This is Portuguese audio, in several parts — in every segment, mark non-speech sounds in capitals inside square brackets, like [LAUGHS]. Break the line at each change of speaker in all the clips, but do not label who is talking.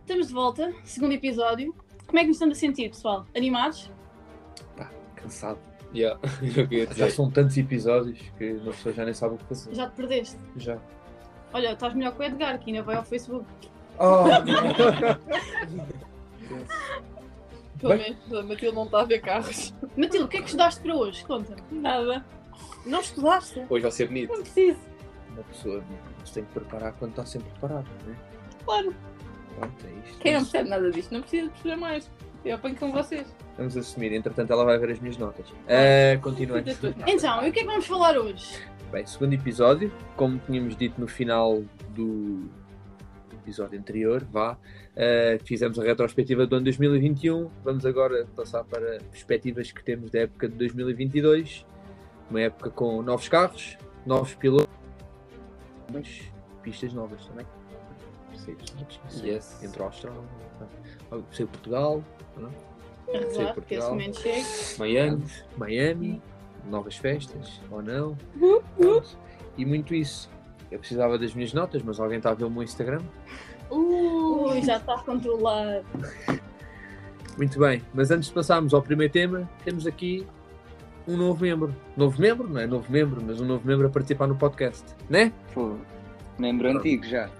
estamos de volta, segundo episódio. Como é que nos estamos a sentir, pessoal? Animados?
Pá, cansado.
Yeah, [LAUGHS] eu queria
Já
dizer.
são tantos episódios que uma pessoa já nem sabe o que fazer.
Já te perdeste?
Já.
Olha, estás melhor que o Edgar, que ainda vai ao Facebook.
[LAUGHS]
Oh,
Pelo menos a Matilde não está a ver carros.
Matilde, o que é que estudaste para hoje? Conta.
Nada.
Não estudaste?
Hoje vai ser bonito.
Não preciso.
uma pessoa se tem que preparar quando está sempre preparada, não é?
Claro.
Pronto, é isto.
Quem não percebe nada disto não precisa de perceber mais. Eu apanho com vocês.
Vamos assumir, entretanto ela vai ver as minhas notas. Ah, continuando.
[LAUGHS]
Então, e o que é que vamos falar hoje?
Bem, segundo episódio, como tínhamos dito no final do episódio anterior, vá, eh, fizemos a retrospectiva do ano 2021, vamos agora passar para perspectivas que temos da época de 2022, uma época com novos carros, novos pilotos, mas pistas novas também. Percebes?
Yes.
Entrou a Austrália, saiu Portugal,
A
Sim,
revelar, que
Portugal.
esse momento chega.
Miami.
Miami, novas festas ou não.
Uhum.
Uh,
Pronto. E muito isso. Eu precisava das minhas notas, mas alguém está a ver o meu Instagram?
Ui, já está controlado.
Muito bem, mas antes de passarmos ao primeiro tema, temos aqui um novo membro. Novo membro? Não é novo membro, mas um novo membro a participar no podcast, né?
Pô, membro antigo já.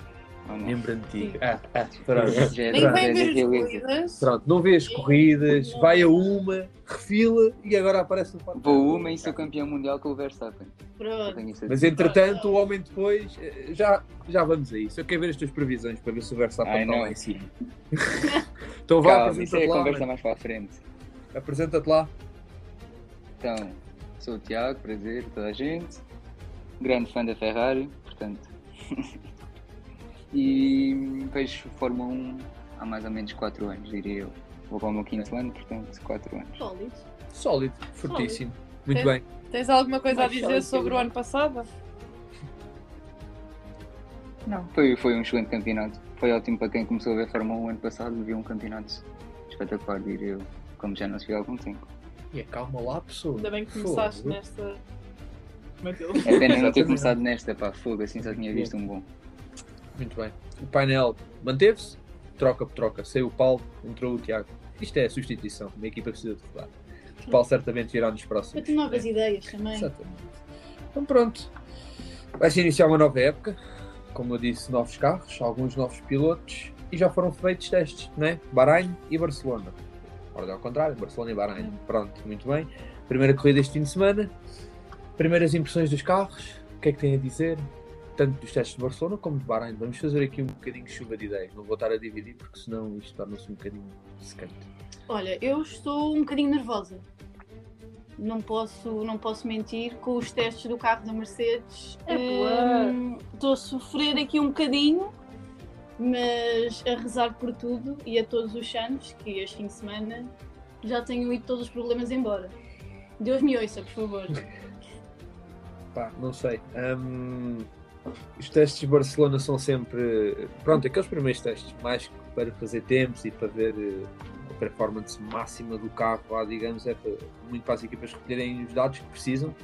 Ou não?
Membro antigo.
Sim.
Ah, ah, pronto.
Já é
Nem
da-
vem
é
ver as
daquele-
coisas.
Pronto, não vê as corridas, vai a uma, refila e agora aparece no podcast.
Vou uma e sou campeão mundial com o Verstappen. Só
Pronto.
tenho isso a
Mas
dizer.
entretanto, o homem depois, eh, já, já vamos a isso. Eu quero ver as tuas previsões para ver se o Verstappen
Ai,
está
não.
lá em cima. Então vá,
Calma, isso é
apresenta-te
a
lá.
conversa
mano.
mais para a frente.
Apresenta-te lá.
Então, sou o Tiago, prazer, toda a gente. Grande fã da Ferrari, portanto. [LAUGHS] e vejo Fórmula 1 há mais ou menos 4 anos, diria eu. Vou para o meu quinto ano, portanto, 4 anos.
Sólidos.
Sólido, fortíssimo. Muito
É.
bem.
Tens alguma coisa
Mais
a dizer
sólido,
sobre o
não.
ano passado?
Foi, foi um excelente campeonato. Foi ótimo para quem começou a ver Fórmula 1 ano passado, viu um campeonato espetacular, diria eu. Como já não se viu há algum tempo.
E acalma lá, pessoa.
Ainda bem que começaste né?
Fogo.
nesta. Matilde.
É pena não
Exatamente.
ter começado nesta, pá, fogo, assim só tinha visto um bom.
Muito bem. O painel manteve-se, troca por troca. Saiu o Paulo, entrou o Tiago. Isto é a substituição, uma equipa precisa de rodar. O Paulo certamente virá nos
Para
próximos.
ter novas ideias também.
Exatamente. Então pronto. Vai-se iniciar uma nova época. Como eu disse, novos carros, alguns novos pilotos e já foram feitos testes, né? Bahrein e Barcelona. Ordem ao contrário, Barcelona e Bahrein. Pronto, muito bem. Primeira corrida este fim de semana. Primeiras impressões dos carros. O que é que têm a dizer? Tanto dos testes de Barcelona como de Bahrein. Vamos fazer aqui um bocadinho de chuva de ideias. Não vou estar a dividir porque senão isto torna-se um bocadinho secante.
Olha, eu estou um bocadinho nervosa. Não posso, não posso mentir, com os testes do carro da Mercedes.
É
hum, Estou a sofrer aqui um bocadinho, mas a rezar por tudo e a todos os santos, que este fim de semana já tenho ido todos os problemas embora. Deus me ouça, por favor.
Pá, não sei. Hum, os testes de Barcelona são sempre. Pronto, aqueles primeiros testes, mais que para fazer tempos e para ver eh, a performance máxima do carro, lá, digamos, é para- muito para as equipas recolherem os dados que precisam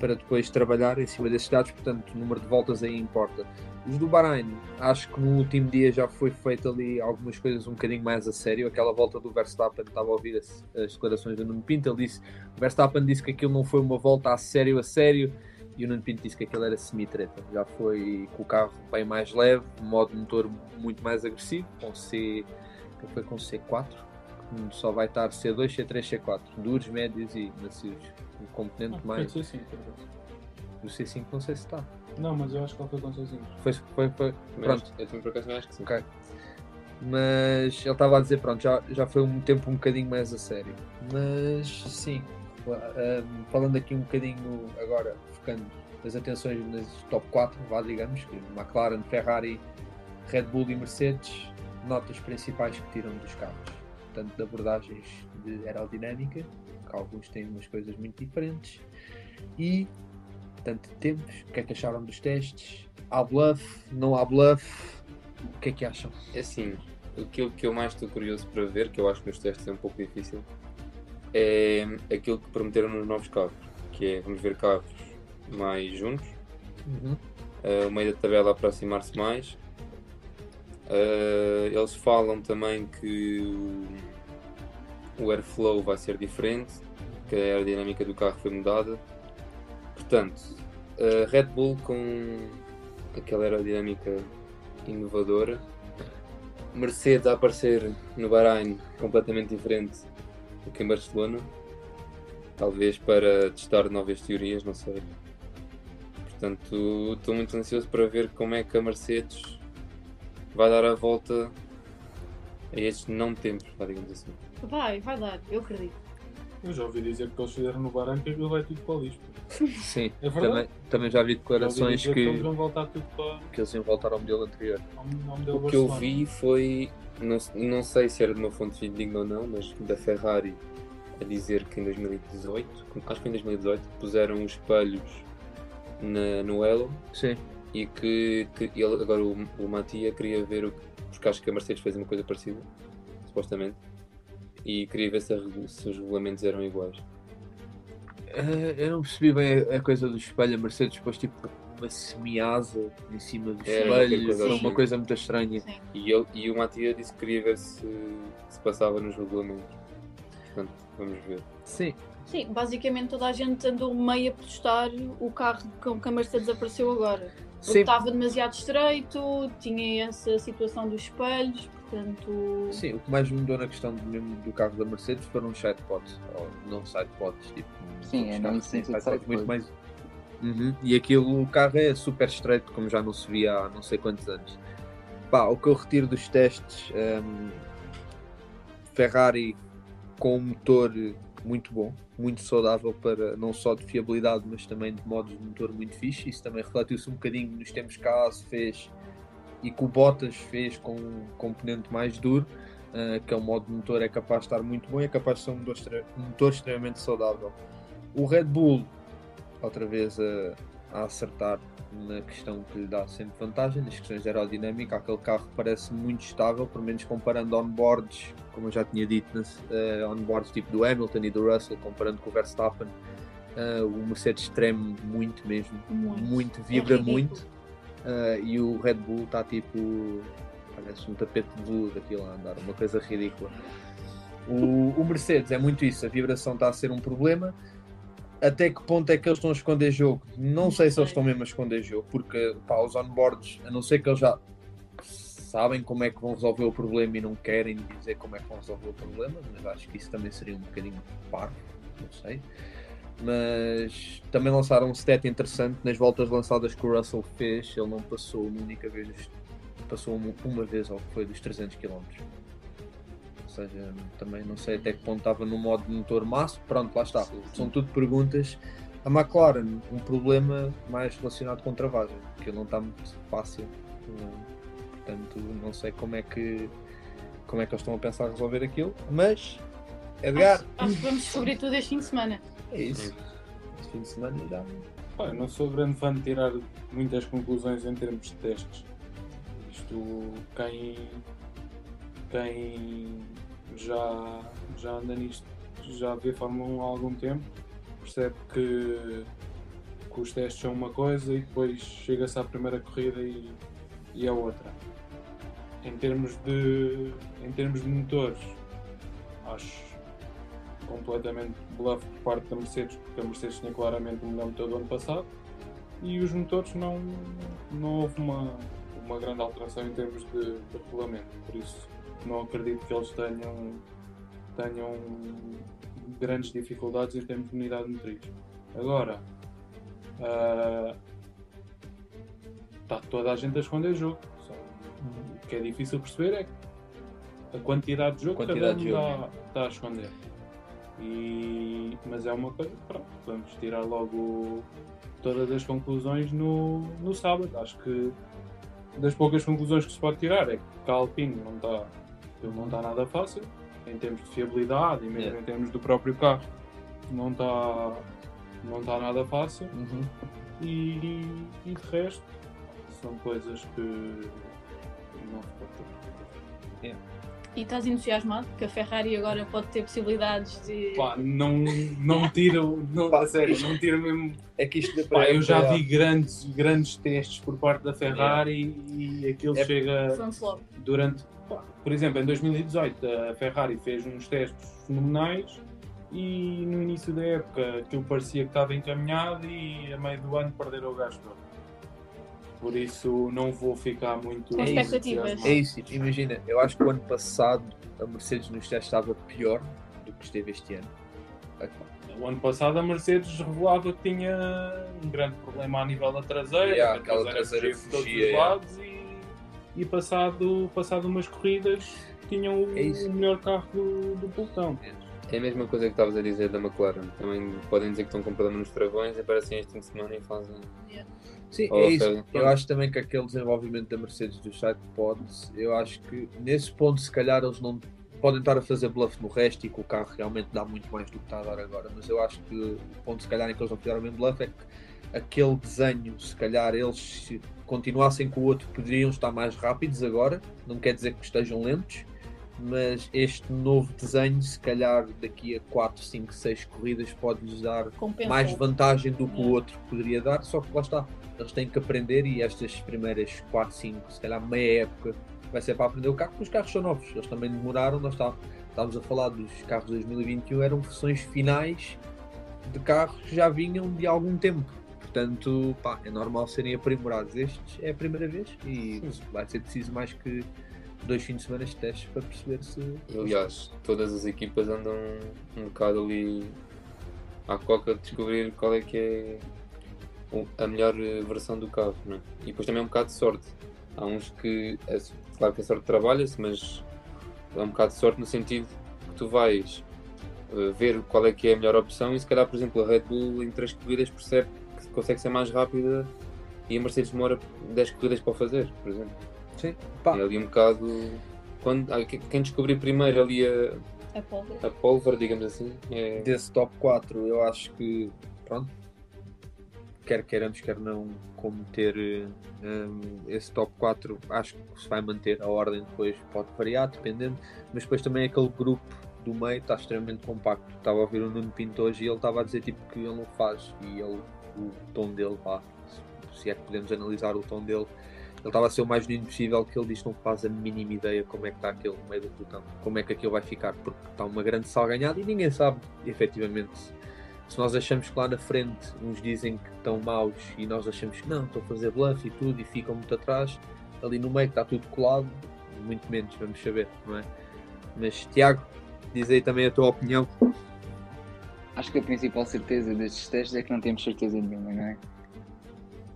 para depois trabalhar em cima desses dados, portanto, o número de voltas aí importa. Os do Bahrein, acho que no último dia já foi feito ali algumas coisas um bocadinho mais a sério. Aquela volta do Verstappen, estava a ouvir as, as declarações do Nuno Pinto, ele disse, o Verstappen disse que aquilo não foi uma volta a sério, a sério, e o Nuno Pinto disse que aquilo era semi-treta. Já foi com o carro bem mais leve, um modo motor muito mais agressivo, com C. que foi com C4, onde só vai estar C2, C3, C4, duros, médios e macios. O componente mais.
Foi assim, por acaso.
O C5 não sei se está.
Não, mas eu acho que é ela foi com 600.
Foi, foi, foi.
Mas
Pronto.
Eu também por acaso não acho que sim.
Ok. Mas ele estava a dizer, pronto, já, já foi um tempo um bocadinho mais a sério. Mas sim, um, falando aqui um bocadinho agora, focando as atenções nas top 4, vá, digamos, que McLaren, Ferrari, Red Bull e Mercedes, notas principais que tiram dos carros, tanto de abordagens de aerodinâmica, que alguns têm umas coisas muito diferentes, e tanto de tempos, o que é que acharam dos testes, há bluff, não há bluff, o que é que acham?
É assim, aquilo que eu mais estou curioso para ver, que eu acho que nos testes é um pouco difícil, é aquilo que prometeram nos novos carros, que é vamos ver carros
Uhum.
mais juntos, eh, o meio da tabela aproximar-se mais Eh, eles falam também que o, o airflow vai ser diferente, que a aerodinâmica do carro foi mudada. Portanto, eh, Red Bull com aquela aerodinâmica inovadora, Mercedes a aparecer no Bahrein completamente diferente do que em Barcelona, talvez para testar novas teorias, não sei. Portanto, estou muito ansioso para ver como é que a Mercedes vai dar a volta a este não tempo, vá, digamos assim.
Vai, vai dar, eu acredito.
Eu já ouvi dizer que eles fizeram no Barão que aquilo vai tudo para o lixo.
Sim,
É verdade.
também, também já vi
Já ouvi
declarações um-
dizer eles
que,
vão voltar tudo para
que eles iam voltar ao modelo anterior.
ao nome dele
O que eu
Barcelona.
vi foi, não, não sei se era de uma fonte fidedigna ou não, mas da Ferrari a dizer que em 2018, acho que em 2018, puseram os espelhos na, no Elo
Sim,
e que, que ele, agora o, o Matia queria ver o que, porque acho que a Mercedes fez uma coisa parecida, supostamente, e queria ver se, a regu- se os regulamentos eram iguais.
Ah, eu não percebi bem a, a coisa do espelho. A Mercedes pôs tipo uma semiasa em cima do
É,
espelho. Foi
qualquer
coisa
uma
assim.
coisa muito estranha.
Sim.
E, ele, e o Matia disse que queria ver se, se passava nos regulamentos. Portanto, vamos ver.
Sim,
Sim, basicamente toda a gente andou meio a postar o carro com que a Mercedes apareceu agora. Porque
sim,
estava demasiado estreito, tinha essa situação dos espelhos, portanto.
sim. O que mais me mudou na questão do, mesmo do carro da Mercedes foram os sidepods. Ou não sidepods, tipo.
Sim, é
os
não
carros têm
existência de
sidepods muito
sidepods.
mais. Uhum, E aquilo, o carro é super estreito, como já não se via há não sei quantos anos. Pá, o que eu retiro dos testes, hum, Ferrari com um motor muito bom, muito saudável para não só de fiabilidade, mas também de modos de motor muito fixe. Isso também refletiu-se um bocadinho nos tempos que a Haas fez e que o Bottas fez com um componente mais duro, ah, que é o modo de motor é capaz de estar muito bom e é capaz de ser um motor, extre- um motor extremamente saudável. O Red Bull, outra vez a, a acertar na questão que lhe dá sempre vantagem, nas questões de aerodinâmica, aquele carro parece muito estável, pelo menos comparando onboards, como eu já tinha dito, nas, eh, onboards tipo do Hamilton e do Russell, comparando com o Verstappen, eh, o Mercedes treme muito mesmo,
Muito. É
muito, vibra
ridículo.
muito, eh, e o Red Bull está tipo, parece um tapete de veludo aquilo a andar, uma coisa ridícula. O, o Mercedes é muito isso, a vibração está a ser um problema. Até que ponto é que eles estão a esconder jogo? Não
Não
sei se
sei.
eles estão mesmo a esconder jogo, porque pá, os onboards, a não ser que eles já sabem como é que vão resolver o problema e não querem dizer como é que vão resolver o problema, mas acho que isso também seria um bocadinho parvo, não sei. Mas também lançaram um stat interessante nas voltas lançadas que o Russell fez, ele não passou uma única vez, dos- passou uma, uma vez ao que foi dos 300 km. Ou seja, também não sei até que ponto estava no modo de motor massa. Pronto, lá está.
Sim, sim.
São tudo perguntas. A McLaren, um problema mais relacionado com travagem, que não está muito fácil. Hum, Portanto, não sei como é que como é que eles estão a pensar resolver aquilo, mas
Ah,
Edgar,
Acho, acho que vamos descobrir tudo este fim de semana.
é isso. Este fim de semana já.
Pá, eu não sou grande fã de tirar muitas conclusões em termos de testes. Isto, quem, quem já, já anda nisto, já vê Fórmula 1 há algum tempo, percebe que, que os testes são uma coisa e depois chega-se à primeira corrida e, e é outra. Em termos, de, em termos de motores, acho completamente bluff por parte da Mercedes, porque a Mercedes tinha claramente o melhor motor do ano passado e os motores não, não houve uma, uma grande alteração em termos de, de regulamento, por isso não acredito que eles tenham, tenham grandes dificuldades em termos de unidade motriz. Agora, está toda a gente a esconder jogo, só- o que é difícil perceber é a quantidade de jogo
Quantidade de
que cada um
jogo,
está, está a esconder. E- mas é uma coisa, pronto, vamos tirar logo todas as conclusões no, no sábado. Acho que das poucas conclusões que se pode tirar é que a Alpine não está, não está nada fácil, em termos de fiabilidade e mesmo
Yeah.
em termos do próprio carro, não está, não está nada fácil.
Uhum.
E, e de resto, são coisas que não se pode ter.
E estás entusiasmado que a Ferrari agora pode ter possibilidades de.
Pá, não, não tiro, não,
Pá.
a sério, não tiro mesmo.
É que isto
Pá, eu já
é-
vi grandes, grandes testes por parte da Ferrari e aquilo
É-
chega
Vamos logo.
durante. pá, Por exemplo, em 2018 a Ferrari fez uns testes fenomenais e no início da época aquilo parecia que estava encaminhado e a meio do ano perderam o gás todo. Por isso não vou ficar muito.
Com expectativas.
entusiasmado.
É isso, imagina, eu acho que o ano passado a Mercedes nos testes estava pior do que esteve este ano.
O ano passado a Mercedes revelava que tinha um grande problema a nível da traseira,
Yeah,
que a
aquela traseira
fugia por todos
fugia,
os
yeah.
lados e, e passado, passado umas corridas tinham o,
É isso.
o melhor carro do, do pelotão.
É a mesma coisa que estavas a dizer da McLaren. Também podem dizer que estão com problema nos travões, aparecem este fim de semana e fazem.
Sim,
Oh,
é
ok,
isso. Eu
pronto.
acho também que aquele desenvolvimento da Mercedes do site pode, eu acho que nesse ponto se calhar eles não podem estar a fazer bluff no resto e que o carro realmente dá muito mais do que está a dar agora, mas eu acho que o ponto se calhar em que eles não fizeram bem bluff é que aquele desenho, se calhar eles se continuassem com o outro poderiam estar mais rápidos agora, não quer dizer que estejam lentos, mas este novo desenho se calhar daqui a 4, 5, 6 corridas pode-lhes dar
Compensa.
mais vantagem do que o outro poderia dar, só que lá está, eles têm que aprender e estas primeiras 4, 5, se calhar meia época vai ser para aprender o carro, porque os carros são novos, eles também demoraram, nós está- estávamos a falar dos carros de 2021, eram versões finais de carros que já vinham de algum tempo. Portanto, pá, é normal serem aprimorados. Estes é a primeira vez e vai ser preciso mais que dois fins de semana de testes para perceber se.
E, aliás, todas as equipas andam um bocado ali à coca de descobrir qual é que é o- a melhor eh, versão do carro, não é? E depois também é um bocado de sorte. Há uns que, é s- claro que a sorte trabalha-se, mas é um bocado de sorte no sentido que tu vais eh, ver qual é que é a melhor opção e se calhar, por exemplo, a Red Bull em três corridas percebe que consegue ser mais rápida e a Mercedes demora 10 corridas para o fazer, por exemplo.
Pá,
É ali um bocado. Quando, ah, que- quem descobrir primeiro ali a,
A pólvora.
a pólvora, digamos assim, é.
desse top 4, eu acho que, pronto, quer queiramos, quer não, como ter eh, hum, esse top 4, acho que se vai manter a ordem, depois pode variar, dependendo, mas depois também é aquele grupo do meio está extremamente compacto. Estava a ouvir o Nuno Pinto hoje e ele estava a dizer tipo que ele não faz, e ele, o tom dele, lá, se, se é que podemos analisar o tom dele. Ele estava a ser o mais lindo possível que ele diz que não faz a mínima ideia como é que está aquele meio do pelotão, como é que aquilo vai ficar, porque está uma grande salganhada e ninguém sabe, efetivamente, se nós achamos que lá na frente uns dizem que estão maus e nós achamos que não, estão a fazer bluff e tudo e ficam muito atrás, ali no meio que está tudo colado, muito menos vamos saber, não é? Mas Tiago, diz aí também a tua opinião.
Acho que a principal certeza destes testes é que não temos certeza nenhuma, não é?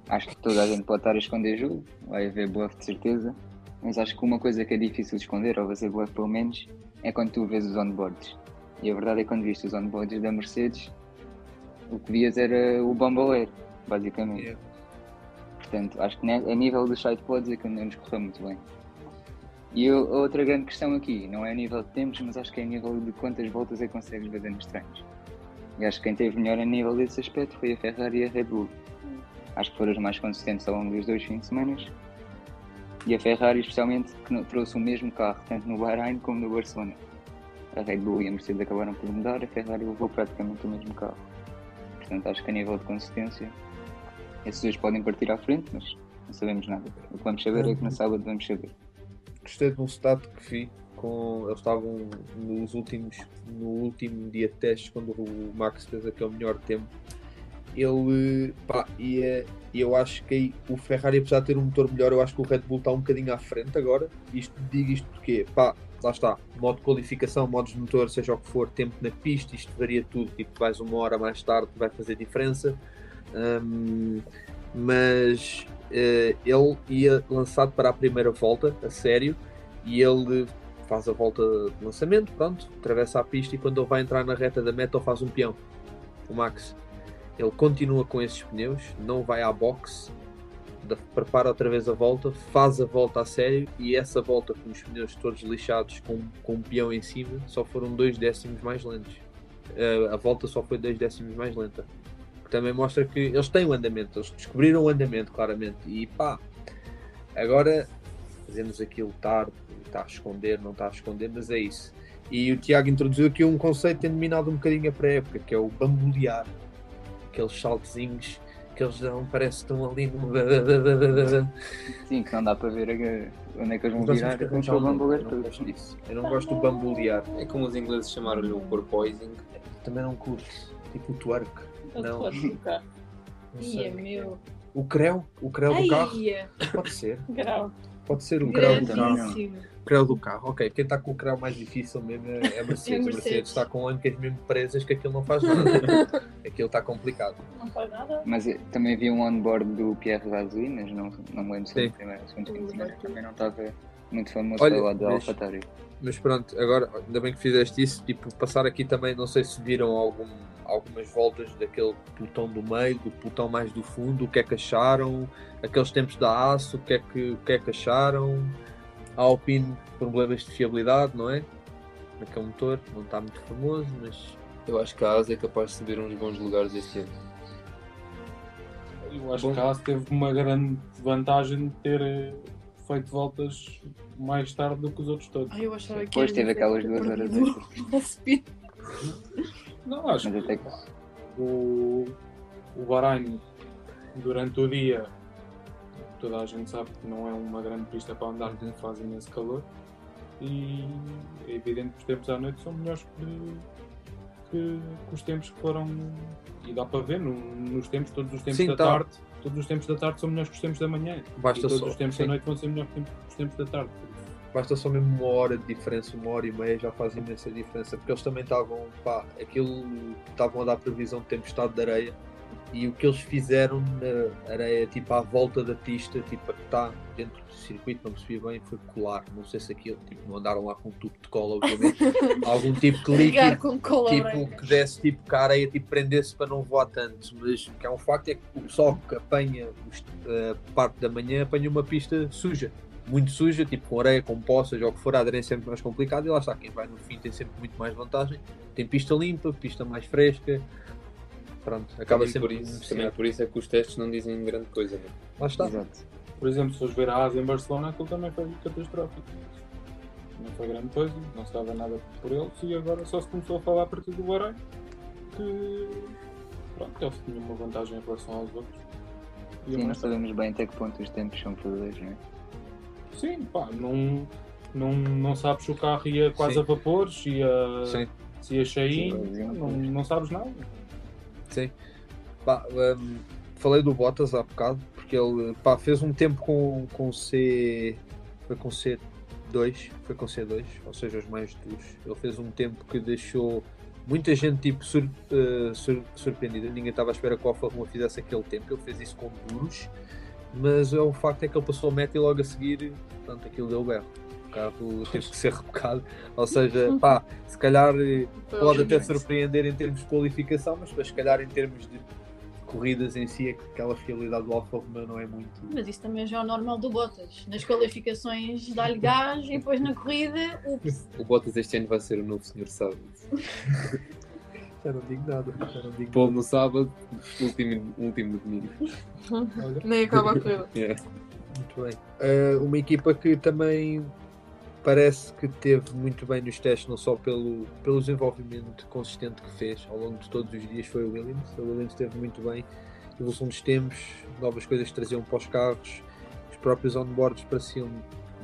Acho que toda a gente pode estar a esconder jogo, vai haver bluff de certeza, mas acho que uma coisa que é difícil de esconder, ou vai ser bluff pelo menos, é quando tu vês os onboards. E a verdade é que quando viste os onboards da Mercedes, o que vias era o bamboleiro, basicamente.
Yeah.
Portanto, acho que ne- a nível do site pode dizer que não nos correu muito bem. E eu- a outra grande questão aqui, não é a nível de tempos, mas acho que é a nível de quantas voltas é que consegues fazer nos treinos. E acho que quem teve melhor a nível desse aspecto foi a Ferrari e a Red Bull. Acho que foram as mais consistentes ao longo dos dois fins de semana. E a Ferrari, especialmente, que não- trouxe o mesmo carro, tanto no Bahrein como no Barcelona. A Red Bull e a Mercedes acabaram por mudar, a Ferrari levou praticamente o mesmo carro. Portanto, acho que a nível de consistência, esses dois podem partir à frente, mas não sabemos nada. O que vamos saber é que no sábado vamos saber.
Gostei de um status que vi com. Eles estavam nos últimos. no último dia de testes quando o Max fez aquele melhor tempo. Ele pá, e eh, eu acho que aí o Ferrari, apesar de ter um motor melhor, eu acho que o Red Bull está um bocadinho à frente agora. Isto digo isto porque pá, lá está, modo de qualificação, modos de motor, seja o que for, tempo na pista, isto varia tudo, tipo, vais uma hora mais tarde, vai fazer diferença. Hum, mas eh, ele ia lançado para a primeira volta, a sério, e ele faz a volta de lançamento, pronto, atravessa a pista e quando ele vai entrar na reta da meta ele faz um peão, o Max. Ele continua com esses pneus, não vai à boxe, da- prepara outra vez a volta, faz a volta a sério e essa volta com os pneus todos lixados com, com um peão em cima só foram dois décimos mais lentos. Eh, a volta só foi dois décimos mais lenta. O que também mostra que eles têm o andamento, eles descobriram o andamento claramente e pá, agora fazemos aquilo tarde, está tá a esconder, não está a esconder, mas é isso. E o Tiago introduziu aqui um conceito que tem dominado um bocadinho a pré-época, que é o bambolear. Aqueles saltezinhos que eles dão, parece que estão ali no.
Sim, que não dá para ver a- onde é que eles vão
Não gosto
virar.
de
Vamos
arranjar
para
um
o
nome, eu
bamboleiro
não
todo.
gosto disso. Eu não gosto do bambolear.
É como os ingleses chamaram-lhe o porpoising.
Também não curto. Tipo o twerk.
Eu
Não, [LAUGHS]
depois do carro.
não
Ia,
sei.
meu.
O creu? O creu do É um carro?
é Ai,
Pode ser.
Grau.
Pode ser o creu do carro.
gravíssimo.
Creu do carro, ok. Quem está com o creu mais difícil mesmo é é a Mercedes.
É a
a
Mercedes.
Mercedes está com ancas mesmo presas que aquilo não faz nada. aquilo está complicado.
Não faz nada.
Mas eh, também vi um onboard do Pierre Gasly, mas não, não me lembro se foi
Sim.
o primeiro ou o segundo fim de semana. Também não estava muito famoso
Olha,
ao lado do
mas-
Alfatário.
Mas pronto, agora ainda bem que fizeste isso. Tipo, passar aqui também, não sei se viram algum, algumas voltas daquele pelotão do meio, do pelotão mais do fundo, o que é que acharam, aqueles tempos da aço, o que é que, o que, é que acharam. A Alpine, problemas de fiabilidade, não é? Naquele motor, não está muito famoso, mas
Eu acho que a Asa é capaz de subir uns bons lugares este ano.
Eu acho
Bom.
que a Haas teve uma grande vantagem de ter eh, feito voltas mais tarde do que os outros todos.
Ai, eu achava que
Depois teve
era
aquelas
diferente,
duas horas
perdido.
extras.
A subir.
Não, acho
Mas até que
o, o Bahrein durante o dia toda a gente sabe que não é uma grande pista para andar porque faz imenso calor e é evidente que os tempos à noite são melhores que, que- que os tempos que foram e dá para ver no- nos tempos, todos os tempos
Sim,
da
tá.
tarde todos os tempos da tarde são melhores que os tempos da manhã e
basta
todos
só,
os tempos
sim,
da noite vão ser melhores que os tempos da tarde Por isso,
basta só mesmo uma hora de diferença, uma hora e meia já faz imensa diferença, porque eles também estavam, pá, aquilo estavam a dar previsão de tempestade de areia e o que eles fizeram na areia, tipo à volta da pista, tipo a que está dentro do circuito, não percebi bem, foi colar, não sei se aquilo, tipo, não andaram lá com um tubo de cola, obviamente, algum tipo de líquido
Ligar com cola branca.
tipo, que desse tipo que a areia tipo, prendesse para não voar tanto, mas o que é um facto é que o pessoal que apanha os- a parte da manhã apanha uma pista suja, muito suja, tipo com areia, com poças ou o que for, a aderência é sempre mais complicada e lá está, quem vai no fim tem sempre muito mais vantagem, tem pista limpa, pista mais fresca, pronto, acaba
também
sempre
por
por
isso,
chegar.
também por isso é que os testes não dizem grande coisa. Né?
lá está.
Exato.
por exemplo, se fores ver a Asa em Barcelona aquilo também foi catastrófico não foi grande coisa, não se dava nada por eles e agora só se começou a falar a partir do Bahrein que pronto, eles tinham uma vantagem em relação aos outros. E
Sim,
eu-
não sabemos bem até que ponto os tempos são poderes, não é?
Sim, pá, não, não, não sabes se o carro ia quase
Sim.
a vapor, se ia,
Sim.
se ia cheinho,
Sim,
pá, não, não sabes nada.
Pá, hum, falei do Bottas há bocado, porque ele pá, fez um tempo com, com C. Foi com C2, foi com C2, ou seja, os mais duros. Ele fez um tempo que deixou muita gente tipo, sur- eh, sur- surpreendida. Ninguém estava à espera que o Alfa Romeo fizesse aquele tempo. Ele fez isso com duros, mas é, o facto é que ele passou a meta e logo a seguir, portanto, aquilo deu berro. O carro teve que ser [LAUGHS] rebocado. Ou seja, pá, se calhar. eh, pode até surpreender em termos de qualificação, mas depois, se calhar em termos de corridas em si, é que aquela fiabilidade do Alfa Romeo não é muito.
Mas isso também já é o normal do Bottas. Nas qualificações dá-lhe gás e depois na corrida, ups,
O Bottas este ano vai ser o novo senhor sábado.
Já não digo nada, já não digo
Polo no sábado, último, último domingo.
Nem acaba a corrida.
Muito bem. Ah, uma equipa que também parece que teve muito bem nos testes, não só pelo, pelo desenvolvimento consistente que fez ao longo de todos os dias, foi o Williams. A Williams esteve muito bem. Evolução dos tempos, novas coisas que traziam para os carros, os próprios onboards pareciam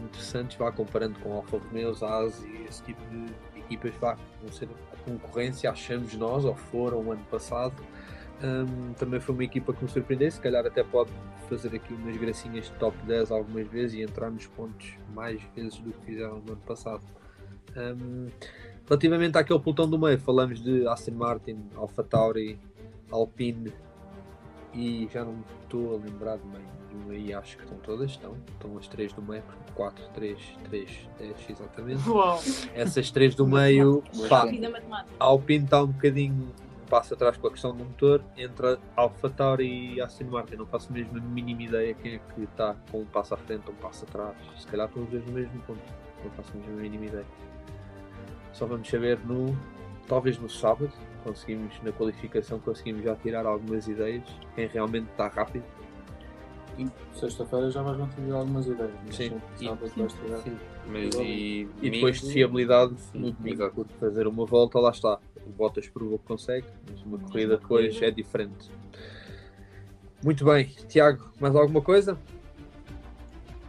interessantes, vá comparando com Alfa Romeo, Haas e esse tipo de equipas, vá, que vão ser a concorrência, achamos nós, ou foram o ano passado. Ahm, também foi uma equipa que me surpreendeu, se calhar até pode fazer aqui umas gracinhas de top 10 algumas vezes e entrar nos pontos mais vezes do que fizeram no ano passado. Ahm, relativamente àquele pelotão do meio, falamos de Aston Martin, Alfa Tauri, Alpine e já não me estou a lembrar de meio de uma aí, acho que estão todas, estão, estão as três do meio, 4, 3, 3, 10 exatamente.
Uau.
Essas três do meio, pá,
vida matemática.
a Alpine está um bocadinho um passo atrás com a questão do motor entre Alfa Tauri e Aston Martin. Não faço mesmo a mínima ideia quem é que está com um passo à frente ou um passo atrás. Se calhar estão os dois no mesmo ponto. Não faço mesmo a mínima ideia. Só vamos saber no. Talvez no sábado conseguimos, na qualificação, conseguimos já tirar algumas ideias. Quem realmente está rápido.
Sexta-feira já vais conseguir algumas ideias. mas
Sim.
sempre
E-
Sábado vais tirar.
Sim.
Mas e,
E depois de
domingo?
fiabilidade
Sim,
no domingo,
exato.
pude fazer uma volta, lá está. O Bottas provou que consegue, mas uma corrida depois é diferente. Muito bem, Tiago, mais alguma coisa?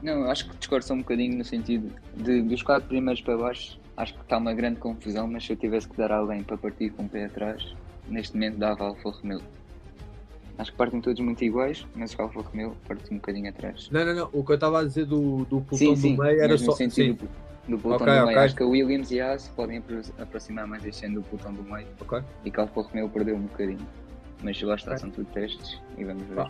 Não, acho que discordo só um bocadinho no sentido de dos quatro primeiros para baixo, acho que está uma grande confusão, mas se eu tivesse que dar a alguém para partir com o pé atrás, neste momento dava Alfa Romeo. Acho que partem todos muito iguais, mas o Alfa Romeo parte um bocadinho atrás.
Não, não, não. O que eu estava a dizer do, do pelotão
sim,
do
sim,
meio era
mas
só.
no sentido
Sim,
do, do
Ok,
pelotão do
ok.
meio. Acho que a Williams e a Haas podem apro- aproximar mais este ano do pelotão do meio
ok.
e que a Alfa Romeo perdeu um bocadinho. Mas lá está,
Ok.
são tudo testes e vamos ver.
Ah.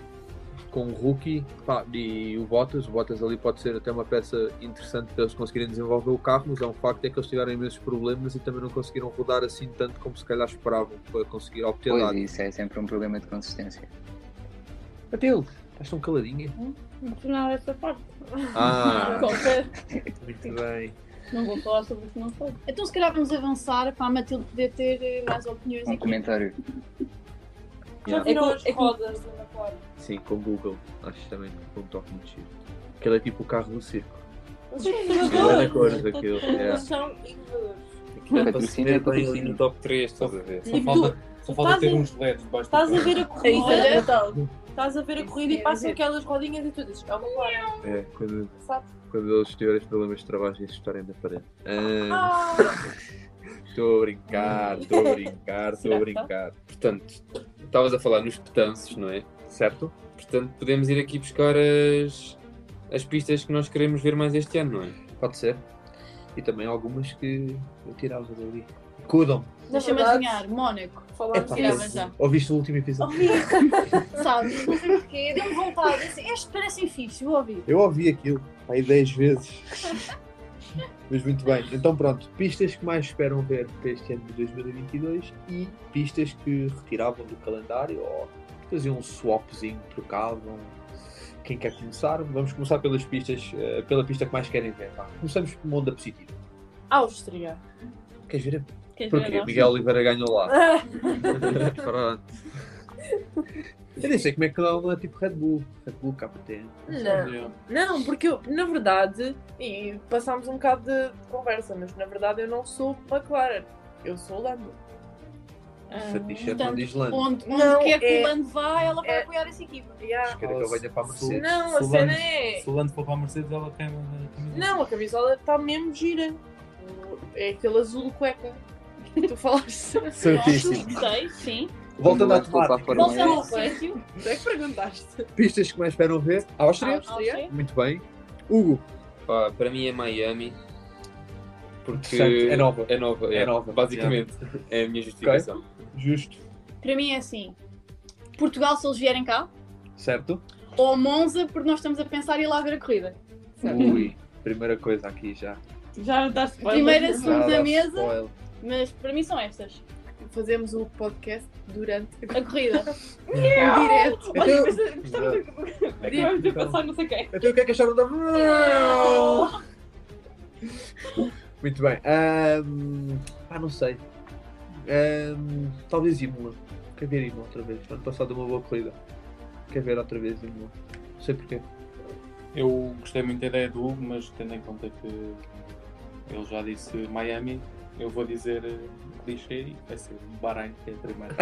Com o Rookie pá, e o Bottas. O Bottas ali pode ser até uma peça interessante para eles conseguirem desenvolver o carro, mas é um facto é que eles tiveram imensos problemas e também não conseguiram rodar assim tanto como se calhar esperavam para conseguir obter
Pois,
dados.
isso é sempre um problema de consistência.
Matilde, estás tão caladinha.
Não final essa parte. [LAUGHS]
Ah,
Confere.
muito bem.
Não vou falar sobre o que não soube.
Então, se calhar, vamos avançar para a Matilde poder ter eh, mais opiniões
Um
aqui.
comentário.
Já
Yeah.
viram
É
as
que- é que-
rodas da Napoleon?
Sim, com o Google. Acho também que foi um toque muito giro. Aquele é tipo o carro do circo. Boa cores daquilo.
Eles
Yeah.
são inovadores.
Aquilo é para se
Patrocínio,
ver bem ali
patrocínio.
no
no top 3, estás a ver?
Só
E
falta, só falta
estás
ter
a-
uns LEDs debaixo do
Tipo, Estás a
carro.
ver a
É isso,
corrida.
é
Natal. Estás a ver a corrida
Isso,
e passam
é.
aquelas rodinhas e tu dizes, é uma clara,
É, quando,
sabes?
quando eles tiverem problemas de trabalho e se estarem na parede. Ah,
Ah,
Estou a brincar, estou a brincar, estou
[LAUGHS]
a brincar.
Portanto, estavas a falar nos petanços, não é?
Certo?
Portanto, podemos ir aqui buscar as, as pistas que nós queremos ver mais este ano, não é?
Pode ser. E também algumas que eu tirava dali. Cudam.
Deixa-me
Na verdade-
adivinhar, Mónaco.
falámos
É.
Epá, Tirava
disso.
mas- já.
Ouviste o último episódio?
Sabes? Não sei porquê. Deu-me vontade. Assim, estes parecem fixos, vou ouvir.
Eu ouvi aquilo aí 10 vezes. [LAUGHS] Mas muito bem, então pronto, pistas que mais esperam ver para este ano de 2022 e pistas que retiravam do calendário ou faziam um swapzinho, trocavam. Quem quer começar? Vamos começar pelas pistas, eh, pela pista que mais querem ver. vá. Começamos com onda positiva.
Áustria.
Queres ver?
Queres ver
Porquê?
agora?
Miguel Oliveira ganhou lá.
Ah,
Pronto. Eu nem sei como é que dá uma tipo Red Bull, Red Bull KTM.
Não.
Yeah.
Não, porque eu, na verdade, e passámos um bocado de, de conversa, mas na verdade eu não sou McLaren, eu sou Lando.
Essa t-shirt não
ah, portanto,
diz lã.
Onde, onde
Não,
quer que
é-
o Lando vá, ela vai
é-
apoiar essa equipa.
Yeah.
Quero que é eu venha para a Mercedes.
Não, a
Se o
cena
Lando-
é-
Se o Lando for para a Mercedes, ela queima na camisa.
Não, a camisola está mesmo gira. É aquele azul cueca que tu
[LAUGHS]
falaste.
Certíssimo.
Sei, sim.
Voltando à
Quando o Lando for para a
temática.
Fórmula
Qual
Não
será
é
o
isso.
sítio?
Tu é que perguntaste.
Pistas que mais esperam ver? Áustria?
Áustria?
Muito bem. Hugo,
Pá, para mim é Miami. Porque
Certo, é nova.
É nova,
É
é,
nova.
Basicamente, é a minha justificação.
justo,
Para mim é assim. Portugal, se eles vierem cá.
certo?
Ou Monza, porque nós estamos a pensar em ir lá ver a corrida.
Ui, primeira coisa aqui já.
Já estás
Primeira, segunda
Nada,
mesa.
spoiler.
Mas para mim são estas.
Fazemos o podcast durante
A
[LAUGHS]
corrida.
o [LAUGHS] direto.
Então-
eh, Podíamos ter passado não sei quem.
Então o que é que acharam da. Muito bem. ahm, ah, não sei. Ahm, talvez Imola. Quer ver Imola outra vez? Ano passado uma boa corrida. Quer ver outra vez Imola? Não sei porquê.
Eu gostei muito da ideia do Hugo, mas tendo em conta que ele já disse Miami, eu vou dizer eh, clichê e vai ser Bahrein, que é a primeira.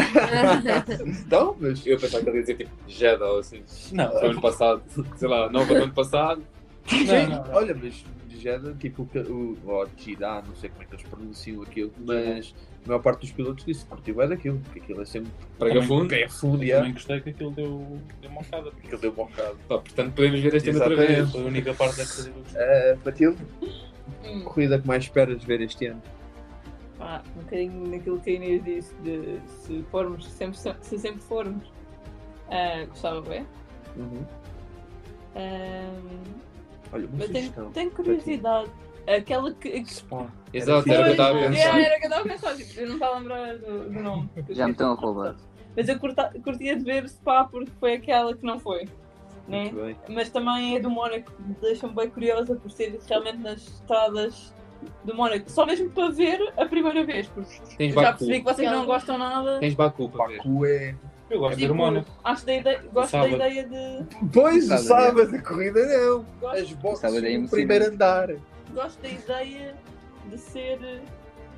Então, mas.
Eu pensava que ele ia dizer tipo Jeddah, ou assim,
Não,
do ano passado, sei lá, nova do ano passado.
Sim,
não, não.
olha, mas Jeddah, tipo, o, o ou Jeddah, não sei como é que eles pronunciam aquilo, mas a maior parte dos pilotos disse que curtiu é daquilo, porque aquilo é sempre
Para Gafundo.
é fundo,
eu
yeah.
também gostei que aquilo deu, deu uma bocada.
aquilo deu um bocado.
Pá, portanto, podemos ver este ano outra
Exatamente.
vez.
Foi a única parte da coisa que eu gostei.
Uh, Matilde,
Hum.
corrida que mais esperas ver este ano?
Ah, um bocadinho naquilo que a Inês disse de se formos, sempre, se sempre formos, ah, gostava de ver.
Uhum.
Ah,
Olha, uma
mas
sugestão.
tenho, tenho curiosidade. Aquela que.
Pá,
Exato, era o que eu estava a
Pois,
pensar.
Era o que eu estava a pensar, tipo, eu não estava a lembrar do, do nome.
Já me estão a roubar.
Mas eu curta, curtia de ver Spa porque foi aquela que não foi. Né?
Muito bem.
Mas também é do Mónaco, que me deixa-me bem curiosa por ser realmente nas estradas do Mónaco. Só mesmo para ver a primeira vez, porque
Tens
já
Baku.
percebi que vocês não gostam nada.
Tens Baku para ver.
Baku é
Eu gosto de
Tipo,
hormona.
acho da ideia, gosto
Sábado.
da ideia de.
Pois,
Sábado,
o sábado, a corrida não.
Gosto,
As boxes
Sábado é
no
emocionante.
primeiro andar.
gosto da ideia de ser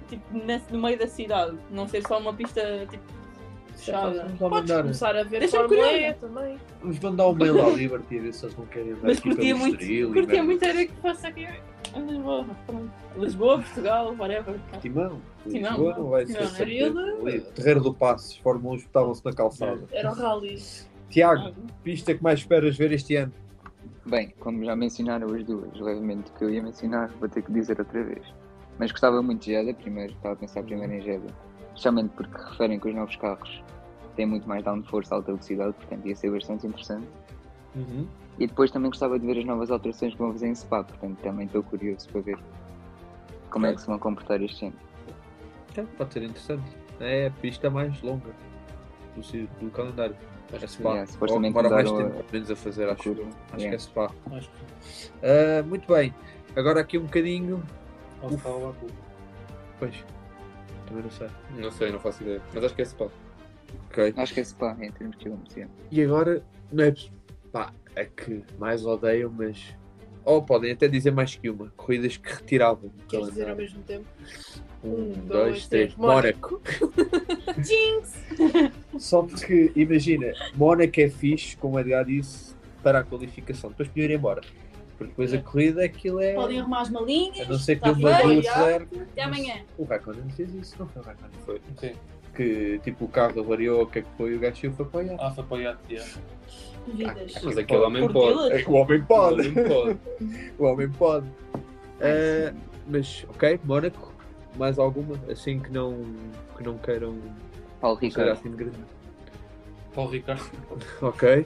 tipo na- no meio da cidade, não ser só uma pista tipo fechada.
Vamos
Podes
lá
mandar-
começar a ver
Deixa-me
Fórmula
curiosa.
E também.
Vamos mandar um mail ao Liberty e ver se eles não querem andar
Mas
aqui
curtia
pelo
muito,
Estoril e
curtia
ver-
muito era que fosse aqui em Lisboa, pronto. Lisboa, Portugal, whatever.
Timão.
Timão.
Lisboa não vai ser
Timão,
certeza.
Miúdo.
Ali, Terreiro do Passos, Fórmula 1 estavam-se na calçada.
Era o rallies.
Tiago,
Ah,
pista que mais esperas ver este ano?
Bem, como já mencionaram as duas, levemente o que eu ia mencionar, vou ter que dizer outra vez. Mas gostava muito de Jeda primeiro, estava a pensar primeiro em Jeda. Especialmente porque referem que os novos carros têm muito mais downforce a alta velocidade, portanto ia ser bastante interessante. E depois também gostava de ver as novas alterações que vão fazer em Spa, portanto também estou curioso para ver como é que se vão comportar este ano.
Então, Pode ser interessante. É a pista mais longa do, ci- do calendário. É Spa.
Yeah, supostamente
Ou demora mais
mudaram
tempo, pelo menos, a fazer,
a
acho. eu.
curva.
Acho que
Yeah.
é Spa. Ah, muito bem. Agora aqui um bocadinho.
Ou se fala Baku.
Pois. Também não sei.
Não sei, não faço ideia. Mas acho que é Spa.
Ok.
Acho que é Spa, em termos de quilómetros. yeah.
E agora, não é, pá, é que mais odeiam, mas. Ou podem até dizer mais que uma. Corridas que retiravam. do
Queres dizer ao
calendário.
mesmo tempo?
Um, dois, três.
[LAUGHS]
Mónaco.
Jinx!
Só porque, imagina, Mónaco é fixe, como a DA disse, para a qualificação. Depois podiam ir embora. Porque depois a corrida, aquilo é.
Podem arrumar as malinhas.
A não ser que
tá
dê uma
feio,
duas
já.
flare.
Até amanhã.
O Raikkonen fez isso, não foi o Raikkonen. Foi.
Sim.
Que tipo, o carro avariou, o que é que foi, o gajo saiu, foi para o
Ah, foi para o Yacht, yeah.
Vidas.
Mas aquele homem pode.
Portila,
O homem pode!
Aquele homem pode.
O homem pode.
É
Ah, mas ok, Mónaco, mais alguma, assim que não, que não queiram
Paulo
ser
Ricardo,
assim de grande.
[LAUGHS]
Paulo Ricardo.
Ok.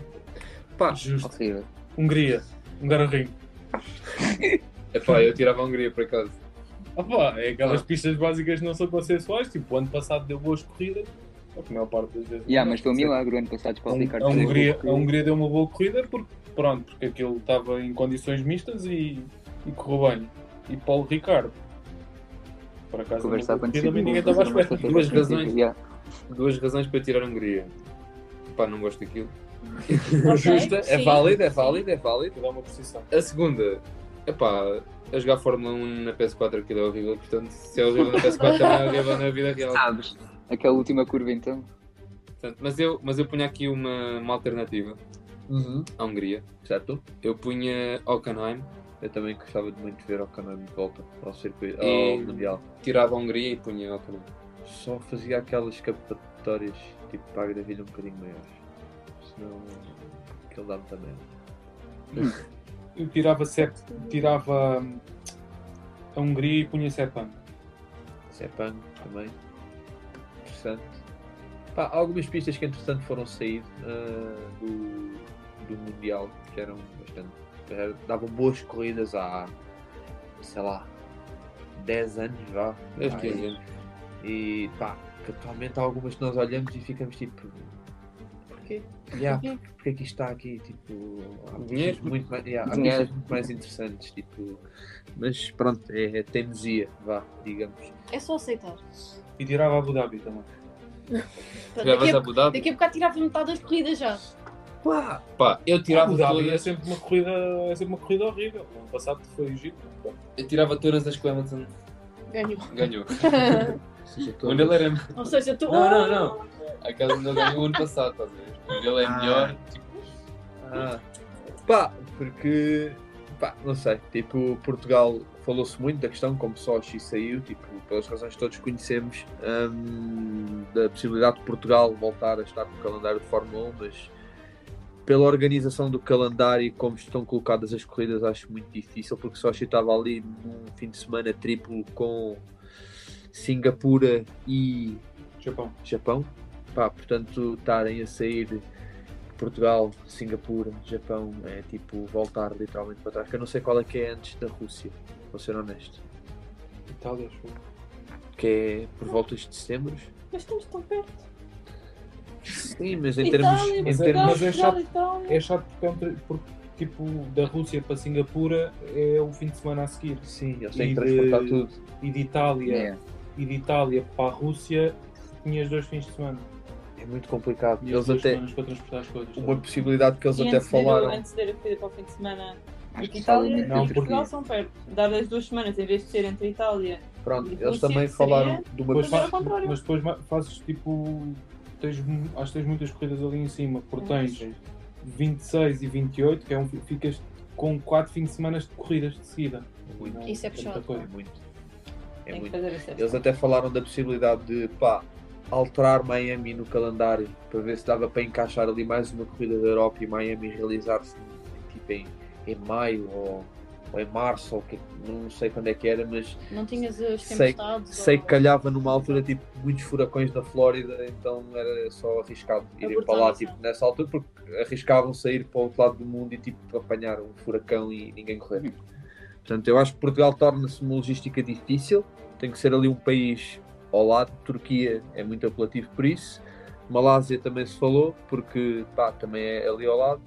Pá,
Justo.
horrível.
Hungria. Hungarorinho.
Epá, É eu tirava a Hungria por acaso.
Opa, é
Ah.
aquelas pistas básicas que não são consensuais. Tipo, o ano passado deu boas corridas. A maior parte das vezes.
Yeah, mas foi um milagre o ano passado de
A
Paulo Ricardo.
a
fazer
Hungria,
gol,
a Hungria deu uma boa corrida porque, pronto, porque aquilo estava em condições mistas e, e correu bem. E Paulo Ricardo. Por acaso, uma
Conversar
boa
com
corrida, mas ninguém estava à espera.
Duas razões. Duas razões para tirar a Hungria. Pá, não gosto daquilo.
justa, é
sim,
válido, é
sim.
válido, é válido.
Dá uma posição.
A segunda, epá, a jogar Fórmula 1 na PS4 aquilo é horrível, portanto, se é horrível na PS4 também é horrível na vida real.
Sabes? Aquela última curva então.
Portanto, mas, eu, mas eu punha aqui uma, uma alternativa
Uhum.
à Hungria.
Certo?
Eu punha Hockenheim,
Eu também gostava de muito ver o canal de volta ao circuito, ao
E-
Mundial.
tirava a Hungria e punha Hockenheim.
Só fazia aquelas escapatórias tipo para a gravilha um bocadinho maiores. Senão aquilo dá-me também.
Eu tirava sete, tirava hum, a Hungria e punha sete anos.
Sepan É também. Interessante. Pá, algumas pistas que entretanto foram sair ah, do, do Mundial que eram bastante. eh, davam boas corridas há sei lá 10 anos já.
Deve
mais.
ter gente.
E pá, que atualmente há algumas que nós olhamos e ficamos tipo.
Porquê?
Yeah, por- porque é que isto está aqui? Tipo, há
Dinheiro.
pistas muito mais, yeah, há
Dinheiro.
pistas muito mais interessantes. Tipo, mas pronto, é, é teimosia, vá, digamos.
É só aceitar.
E tirava a Abu Dhabi também.
Daqui
Tiravas a
a,
Abu Dhabi?
daqui a bocado tirava metade das corridas já.
Pá,
Pá, eu tirava
Abu Dhabi é
todas,
sempre uma corrida, é sempre uma corrida horrível. O ano passado foi o Egito.
eu tirava todas as Clementon.
Ganhou.
Ganhou.
Seja todas.
Onde ele era
Ou seja, tu.
Não, não, não. Aquela onde ele ganhou o ano passado, estás a ver? Onde ele é
Ah.
melhor, tipo,
Ah, pá, porque pá, não sei, tipo, Portugal falou-se muito da questão, como só o Xi saiu, tipo, pelas razões que todos conhecemos, hum, da possibilidade de Portugal voltar a estar no calendário de Fórmula 1, mas pela organização do calendário e como estão colocadas as corridas, acho muito difícil, porque só estava ali num fim de semana triplo com Singapura e
Japão.
Japão. Pá, portanto, estarem a sair de Portugal, Singapura, Japão, é tipo voltar literalmente para trás. Que eu não sei qual é que é antes da Rússia, vou ser honesto.
Itália, acho eu.
Que é por voltas de setembro.
Mas estamos tão perto.
Sim, mas
[LAUGHS]
em
Itália,
termos. Em
mas é-
termos
mas é chato.
Itália.
É chato porque, é um tra- porque, tipo, da Rússia para Singapura é o fim de semana a seguir.
sim, eles têm que
E
transportar
de-
tudo.
E de Itália,
É.
Yeah.
e de Itália para a Rússia tinhas dois fins de semana.
é muito complicado.
E as
Eles
duas
até.
semanas para transportar as coisas.
Uma
tá?
possibilidade que eles
E
até
antes de ir-
falaram.
Antes de ir a corrida para o fim de semana,
Acho
porque
que falam
Itália
muito
Não,
e
entre
Portugal
ti.
são perto. Dadas duas semanas, em vez de ser entre Itália
Pronto,
E
eles
o
também
circo
falaram
seria-
de uma.
Mas,
é
Mas era
fa-
ao contrário.
mas depois ma- fazes tipo. Tens, mu- acho que tens muitas corridas ali em cima, porque
É.
tens 26 e 28, que é um, fi- ficas com 4 fins de semana de corridas de seguida. Não,
Isso é puxado,
É muito. É
tem que
muito.
fazer a sexta.
Eles até falaram da possibilidade de pá, alterar Miami no calendário para ver se dava para encaixar ali mais uma corrida da Europa e Miami realizar-se tipo, em, em maio ou, ou em março, ou que, não sei quando é que era, mas
Não tinhas as
Sei-
tempestades?
sei
ou-
que calhava numa altura tipo muitos furacões na Flórida, então era só arriscado irem
Abortar,
para lá
sim.
tipo, nessa altura porque arriscavam sair para o outro lado do mundo e tipo apanhar um furacão e ninguém correr. Portanto, eu acho que Portugal torna-se uma logística difícil, tem que ser ali um país ao lado, Turquia é muito apelativo por isso, Malásia também se falou, porque pá, também é ali ao lado,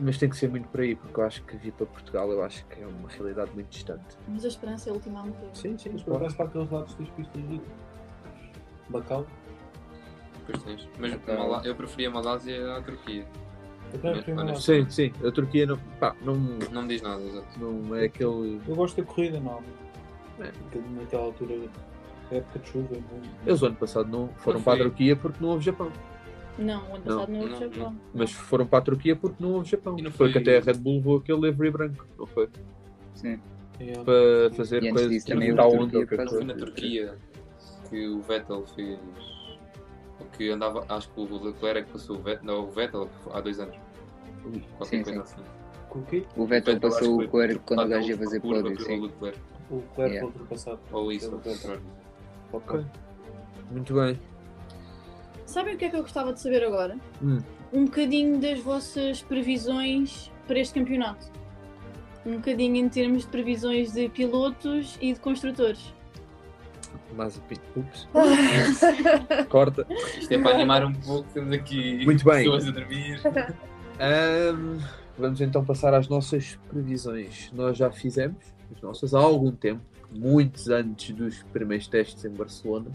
mas tem que ser muito por aí, porque eu acho que vir para Portugal eu acho que é uma realidade muito distante.
Mas a esperança é a última a morrer.
Sim, sim,
Mas parece para aqueles lados das pistas de Bacau.
Depois tens. Mas
Ok.
Malá- eu preferia a Malásia à Turquia.
Até
Mas
a primeira
parece-
Sim, sim. A Turquia não, pá, não,
Não me diz nada, exato.
não é aquele.
Eu gosto da corrida, não.
É.
Porque Naquela altura, época de chuva. não- é?
Eles, o ano passado, não foram
Não
para a
foi.
Turquia porque não houve Japão.
Não, o ano passado não, houve
não,
Japão.
Mas foram para a Turquia porque não houve Japão.
E não
foi que
foi-
até a Red Bull levou aquele livery branco, não foi?
Sim.
É.
Para fazer
E antes
coisas
disso
de
também
imitar
houve
onda,
Turquia
ou que
por
Foi
causa
na
coisa.
Turquia que o Vettel fez. O que andava. Acho que o Leclerc passou o Vettel. Não, o Vettel há dois anos. Qualquer
Sim,
coisa assim.
Com o quê?
O
O Vettel
Vettel
acho
passou
que
o Coelho
foi
quando o
atropelado
gajo ia
na
fazer
curva
pódio,
pelo
sim.
Leclerc.
O Clerc
Yeah.
ultrapassado.
Ou isso,
Pelo
ao contrário.
Ok.
Muito bem.
Sabem o que é que eu gostava de saber agora?
Hum.
Um bocadinho das vossas previsões para este campeonato. Um bocadinho em termos de previsões de pilotos e de construtores.
Mas, ups. Corta.
Isto é para animar um pouco, temos aqui
Muito bem.
pessoas a dormir.
Ahm, vamos então passar às nossas previsões. Nós já fizemos as nossas há algum tempo, muitos antes dos primeiros testes em Barcelona.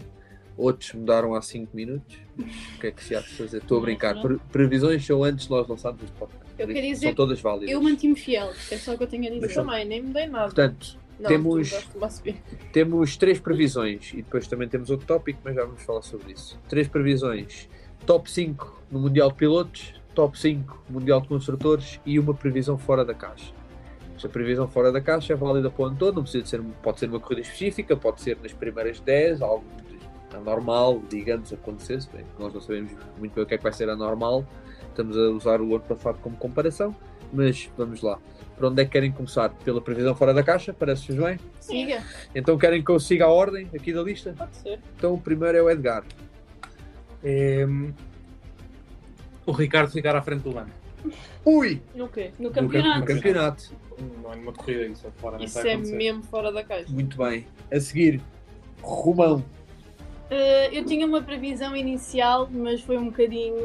Outros mudaram há 5 minutos. O que é que se há de fazer? Estou a brincar. Pre- previsões são antes de nós lançarmos os podcast.
Eu
Por
quero
isso,
dizer
são todas válidas.
Eu mantive-me fiel, é só o que eu tenho a
Eu
dizer.
também, nem mudei nada.
Portanto,
Não,
temos-
tu gosto de lá subir.
temos três previsões e depois também temos outro tópico, mas já vamos falar sobre isso. Três previsões: top 5 no Mundial de Pilotos, top 5 Mundial de Construtores e uma previsão fora da caixa. Esta previsão fora da caixa é válida para o ano todo, não precisa de ser, pode ser uma corrida específica, pode ser nas primeiras 10, algo de anormal, digamos, acontecesse. Bem, nós não sabemos muito bem o que é que vai ser anormal, estamos a usar o ano passado como comparação, mas vamos lá. Para onde é que querem começar? Pela previsão fora da caixa, parece-vos bem?
Siga.
Então querem que eu siga a ordem aqui da lista?
Pode ser.
Então o primeiro é o Edgar.
É, hum, O Ricardo ficar à frente do Lando.
Ui!
No quê?
No
No
campeonato.
campeonato.
Não é numa corrida isso, é fora, não
Isso
vai
é
acontecer.
mesmo fora da caixa.
Muito bem. A seguir, Romão.
Eh, eu tinha uma previsão inicial, mas foi um bocadinho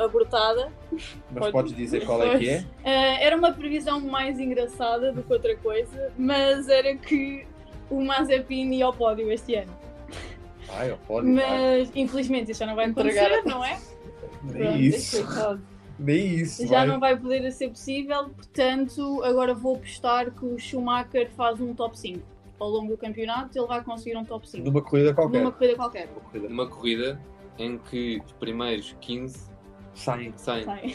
abortada.
Mas
Pode-
podes dizer qual é que é?
Eh, era uma previsão mais engraçada do que outra coisa, mas era que o Mazepin ia ao pódio este ano.
Ai, eu pode.
Mas infelizmente isso já não vai
Entregar
acontecer, não é?
Nem
pronto,
isso. Nem isso.
Já
vai.
não vai poder ser possível, portanto, agora vou apostar que o Schumacher faz um top 5. Ao longo do campeonato, ele vai conseguir um top 5.
Numa corrida qualquer.
Numa corrida qualquer.
Numa corrida.
Numa corrida em que os primeiros 15
Saem.
saem.
Sai.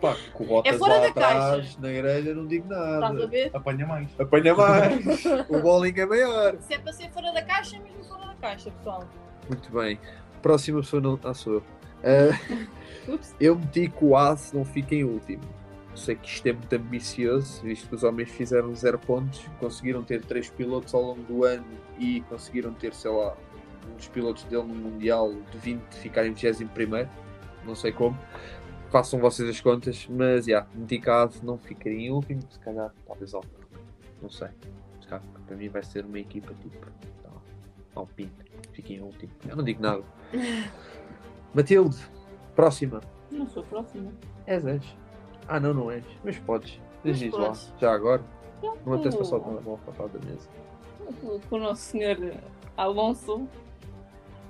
Pá, com o Bottas
É fora
lá
da
atrás,
caixa. Tá
na grelha, não digo
Estás a
nada.
ver?
Apanha mais.
Apanha mais.
[LAUGHS]
o bowling é maior.
Se é para ser fora da caixa, mesmo fora da caixa, pessoal.
Muito bem. Próxima pessoa não. Ah, sou eu. Ah,
Ups.
Eu meti que o Ace não fica em último. Sei que isto é muito ambicioso, visto que os homens fizeram zero pontos, conseguiram ter três pilotos ao longo do ano e conseguiram ter, sei lá, um dos pilotos dele no Mundial de 20 ficar em 21. Não sei como. Façam vocês as contas, mas já, meti que a Ace não ficaria em último, se calhar, talvez Alfa. Não sei. Se calhar, para mim vai ser uma equipa tipo. sei lá, Alpine, fica em último. Eu não digo [LAUGHS] nada. Matilde, próxima.
Não sou próxima.
És, és. Ah, não, não és. Mas podes.
Mas
Diz isso
podes.
lá. Já agora. Não
Pronto.
até se
Hum.
passou o telemóvel para trás da mesa.
Com o nosso senhor Alonso,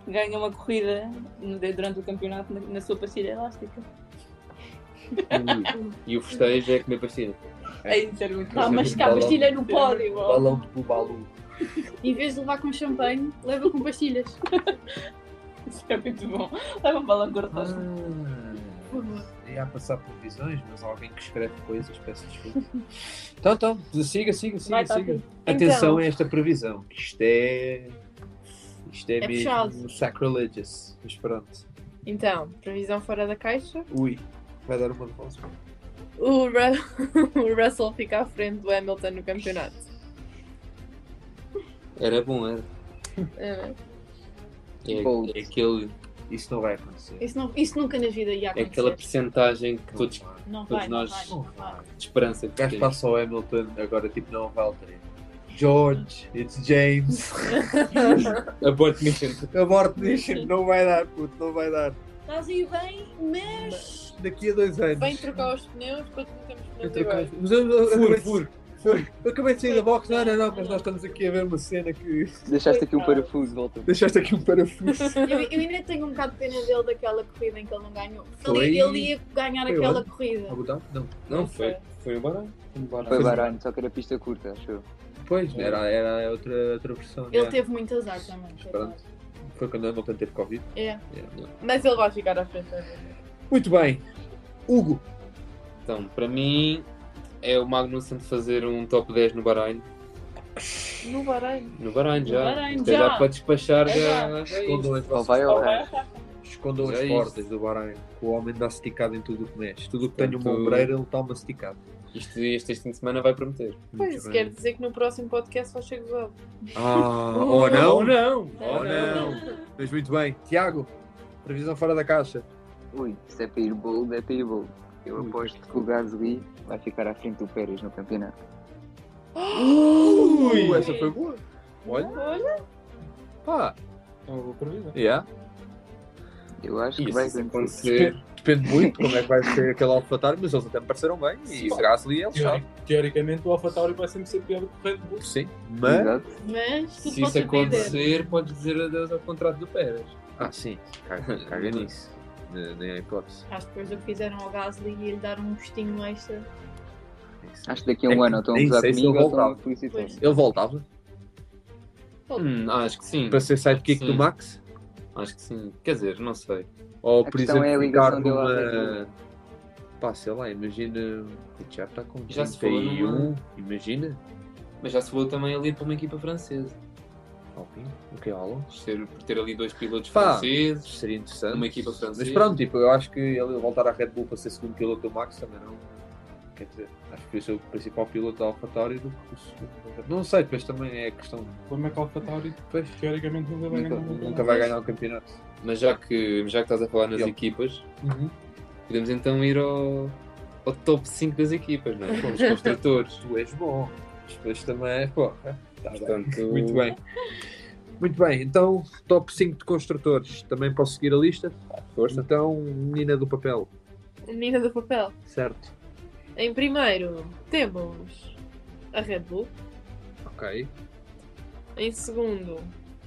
ganha uma corrida no- durante o campeonato na, na sua pastilha elástica.
[LAUGHS] E o festejo é comer pastilha.
Aí isso era muito
Pá, mas cá,
Balão.
pastilha no pódio. ó.
Balão de Bubalu.
Em vez de levar com champanhe, leva com pastilhas.
Isso é muito bom. Leva um balão cor
Ah, ia passar por visões, mas alguém que escreve coisas, peço desculpa. [LAUGHS] Então, então, siga, siga, siga,
Vai, tá
siga.
bem.
Atenção
Então.
a esta previsão, que isto é. Isto é,
É
mesmo
puxado.
sacrilegious. Mas pronto.
Então, previsão fora da caixa.
Ui, vai dar uma de volta.
O,
[LAUGHS]
Ru- o Russell fica à frente do Hamilton no campeonato.
Era bom, era.
Ah,
É,
Bold.
é aquele,
Isso não vai acontecer.
Isso, não, isso nunca na vida ia
é
acontecer.
aquela percentagem que
Não
todos de
vai.
Não
todos
vai, não
nós-
vai,
Não
não vai.
vai.
esperança que
O gajo
temos.
passa ao Hamilton, agora tipo não Valtteri. George, it's James.
Abort mission.
Abort mission, tipo, não vai dar, puto, não vai dar.
Estás aí bem, mas.
Daqui a dois anos.
Vem trocar os pneus para que não temos
Eu
pneus
troquei-
agora.
Mas eu, eu, eu,
Furo,
acabei
furo.
de- furo. Eu acabei de sair da box, não, não, não, mas nós estamos aqui a ver uma cena que [LAUGHS]
Deixaste aqui um parafuso, volta.
deixaste aqui um parafuso.
Eu, eu ainda tenho um bocado de pena dele daquela corrida em que ele não ganhou.
Foi-
Ele, ele ia ganhar
foi
aquela
onde?
corrida.
Abu Dhabi? Não.
Não, foi, foi um embora.
um
Foi um baralho, só que era pista curta, acho eu.
Pois, era, era outra, outra versão.
Ele
já.
teve muito azar também. coitado.
Pronto. Foi quando o Hamilton teve Covid.
É.
Mas ele vai ficar à frente é? da Hamilton.
Muito bem. Hugo.
Então, para mim, é o Magnussen de fazer um top 10 no Bahrein.
No Bahrein.
No Bahrein já.
Bahrein,
Isto é
já.
para despachar,
É
já. já é isto.
Escondam as,
Ou
vossas-
vai ou vai.
rosa.
escondam
Já é
as
isso.
portas do Bahrein, que o homem dá esticado em tudo o que mexe. Tudo o que tem uma
Portanto-
ombreira, ele toma esticado.
Isto- este, este fim de semana vai prometer.
Pois,
Muito
isso
bem.
quer dizer que no próximo podcast só chega o
[LAUGHS] Ah, ou não?
Ou não!
Ou não. Mas muito bem. Tiago, previsão fora da caixa.
Ui, se é para ir bold, é para ir bold. Eu
Ui.
aposto que o Gasly vai ficar à frente do Pérez no campeonato.
Ui, Uh, essa foi boa. Olha,
Olha,
pá.
É uma boa previsão.
Yeah.
Eu acho que
Isso,
vai
se
acontecer.
acontecer,
Depende muito como é que vai ser aquele alfatar, mas eles até me pareceram bem. E o Gasly é o
Teori-
chato.
Teoricamente, o AlphaTauri vai sempre ser pior do que o Red Bull.
Sim. Mas.
Exato.
Mas tudo
se
pode
isso
surpreender.
acontecer, podes dizer adeus ao contrato do Pérez.
Ah, sim. Caga caga nisso. Ne- Nem a hipótese.
Acho que depois do que fizeram ao Gasly e lhe dar um gostinho extra.
Acho que daqui a
É
um
que
ano ou estão a
nem
usar
sei se
comigo
ele
ou estão a
voltava.
felicitar.
Pois.
Ele voltava
Hum, acho que sim.
para ser sidekick
Sim.
do Max?
Acho que sim. Quer dizer, não sei.
Ou
A
por
questão
exemplo
é a
ficar
ligação dele à Red
numa. Pá, sei lá, imagina. o Já está com
Já se falou
31. Imagina.
Mas já se falou também ali para uma equipa francesa.
Alpine. Ok, Alan.
Por ser- por ter ali dois pilotos
Pá.
franceses.
Seria interessante.
Uma equipa francesa.
Mas pronto, tipo, eu acho que ele voltar à Red Bull para ser segundo piloto do Max também não. Quer dizer, acho que eu sou o principal piloto da AlphaTauri do que o segundo. Não sei, depois também é questão. de-
Como é que o AlphaTauri,
Pois,
teoricamente, nunca vai
Nunca-
ganhar nada.
nunca vai ganhar o campeonato.
Mas já que, já que estás a falar nas
Yep.
equipas,
Uhum.
podemos então ir ao, ao top 5 das equipas, não é?
[LAUGHS]
Com os construtores.
Tu és bom. Depois também é. Pô, tá bem.
Portanto,
Muito bem. Muito bem, então top 5 de construtores. Também posso seguir a lista?
Força.
Então, menina do papel,
menina do papel.
certo?
Em primeiro, temos a Red Bull.
Ok,
Em segundo,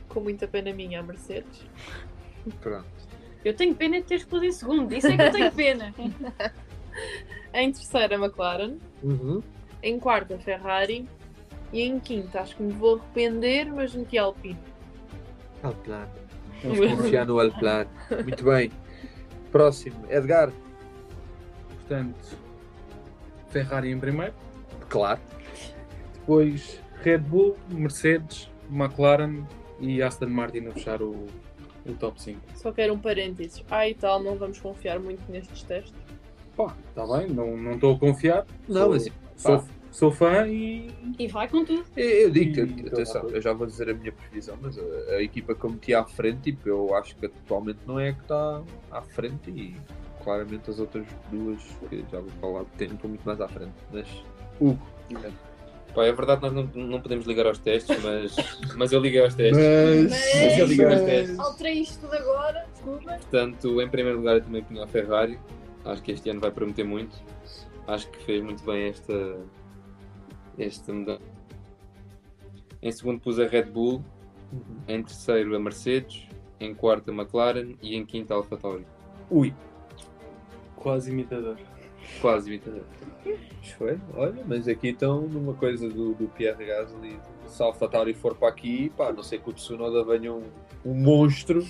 com muita pena minha, a Mercedes.
pronto.
Eu tenho pena de ter explodido em segundo. Isso é que eu tenho pena.
Em terceiro, a McLaren.
Uhum.
Em quarto, a Ferrari. E em quinto, acho que me vou arrepender, mas meti a Alpine.
Alplan. Vamos confiar no Alplan. Muito bem. Próximo, Edgar.
Portanto, Ferrari em primeiro.
Claro.
Depois, Red Bull, Mercedes, McLaren e Aston Martin a fechar o, o top 5.
Só quero um parênteses. Ah, e tal, não vamos confiar muito nestes testes.
Pá, está bem, não não estou a confiar.
Não,
Sou-
mas
Sou, sou fã e
E vai com tudo.
eu, eu digo,
E-
atenção, então, eu já vou dizer a minha previsão, mas a, a equipa que eu meti à frente, tipo, eu acho que atualmente não é a que está à frente e claramente as outras duas que já vou falar têm um pouco muito mais à frente. Mas Hugo.
Pá, é verdade, nós não, não podemos ligar aos testes, mas, mas eu liguei aos testes.
Mas,
Mas eu
liguei aos testes.
Alterei isto tudo agora. Desculpa.
Portanto, em primeiro lugar, eu também punha a Ferrari. Acho que este ano vai prometer muito. Acho que fez muito bem esta, esta mudança.
Uhum.
Em segundo, pus a Red Bull. Em terceiro, a Mercedes. em quarta McLaren e em quinta AlphaTauri.
Ui,
Quase imitador.
Quase imitador.
Pois Foi, olha, mas aqui estão numa coisa do, do Pierre Gasly. Se a AlphaTauri for para aqui, pá, não sei que o Tsunoda venha um, um monstro.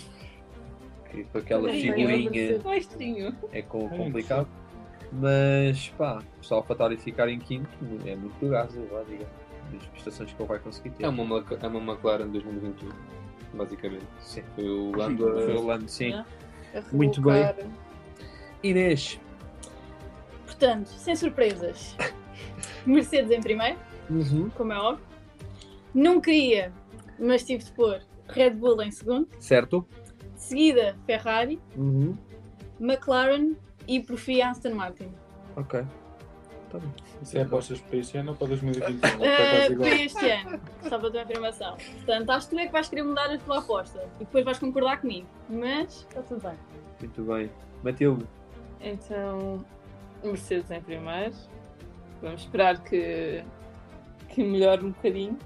Que com aquela
Ai,
figurinha
Baixinho.
é com-
Ai,
complicado. Mas pá, se a AlphaTauri ficar em quinto, é muito do Gasly, lá diga. Das prestações que ele vai conseguir ter.
É uma, Mla- é uma McLaren 2021, basicamente.
Sim.
Foi
Foi
o
o
Lando a-
Lando, sim.
A
Muito bem.
rebocar.
Inês.
Portanto, sem surpresas. Mercedes em primeiro.
Uhum.
como é óbvio. Não queria, mas tive de pôr Red Bull em segundo.
Certo?
De seguida, Ferrari,
Uhum.
McLaren e, por fim, Aston Martin.
Ok.
Isso é apostas para este ano ou um? para 2021?
[LAUGHS]
Está
Ah,
quase igual.
para este ano, só para a tua informação. Portanto, acho que tu é que vais querer mudar a tua aposta e depois vais concordar comigo. Mas está tudo bem.
Muito bem. Matilde.
Então, Mercedes em primeiro. Vamos esperar que, que melhore um bocadinho.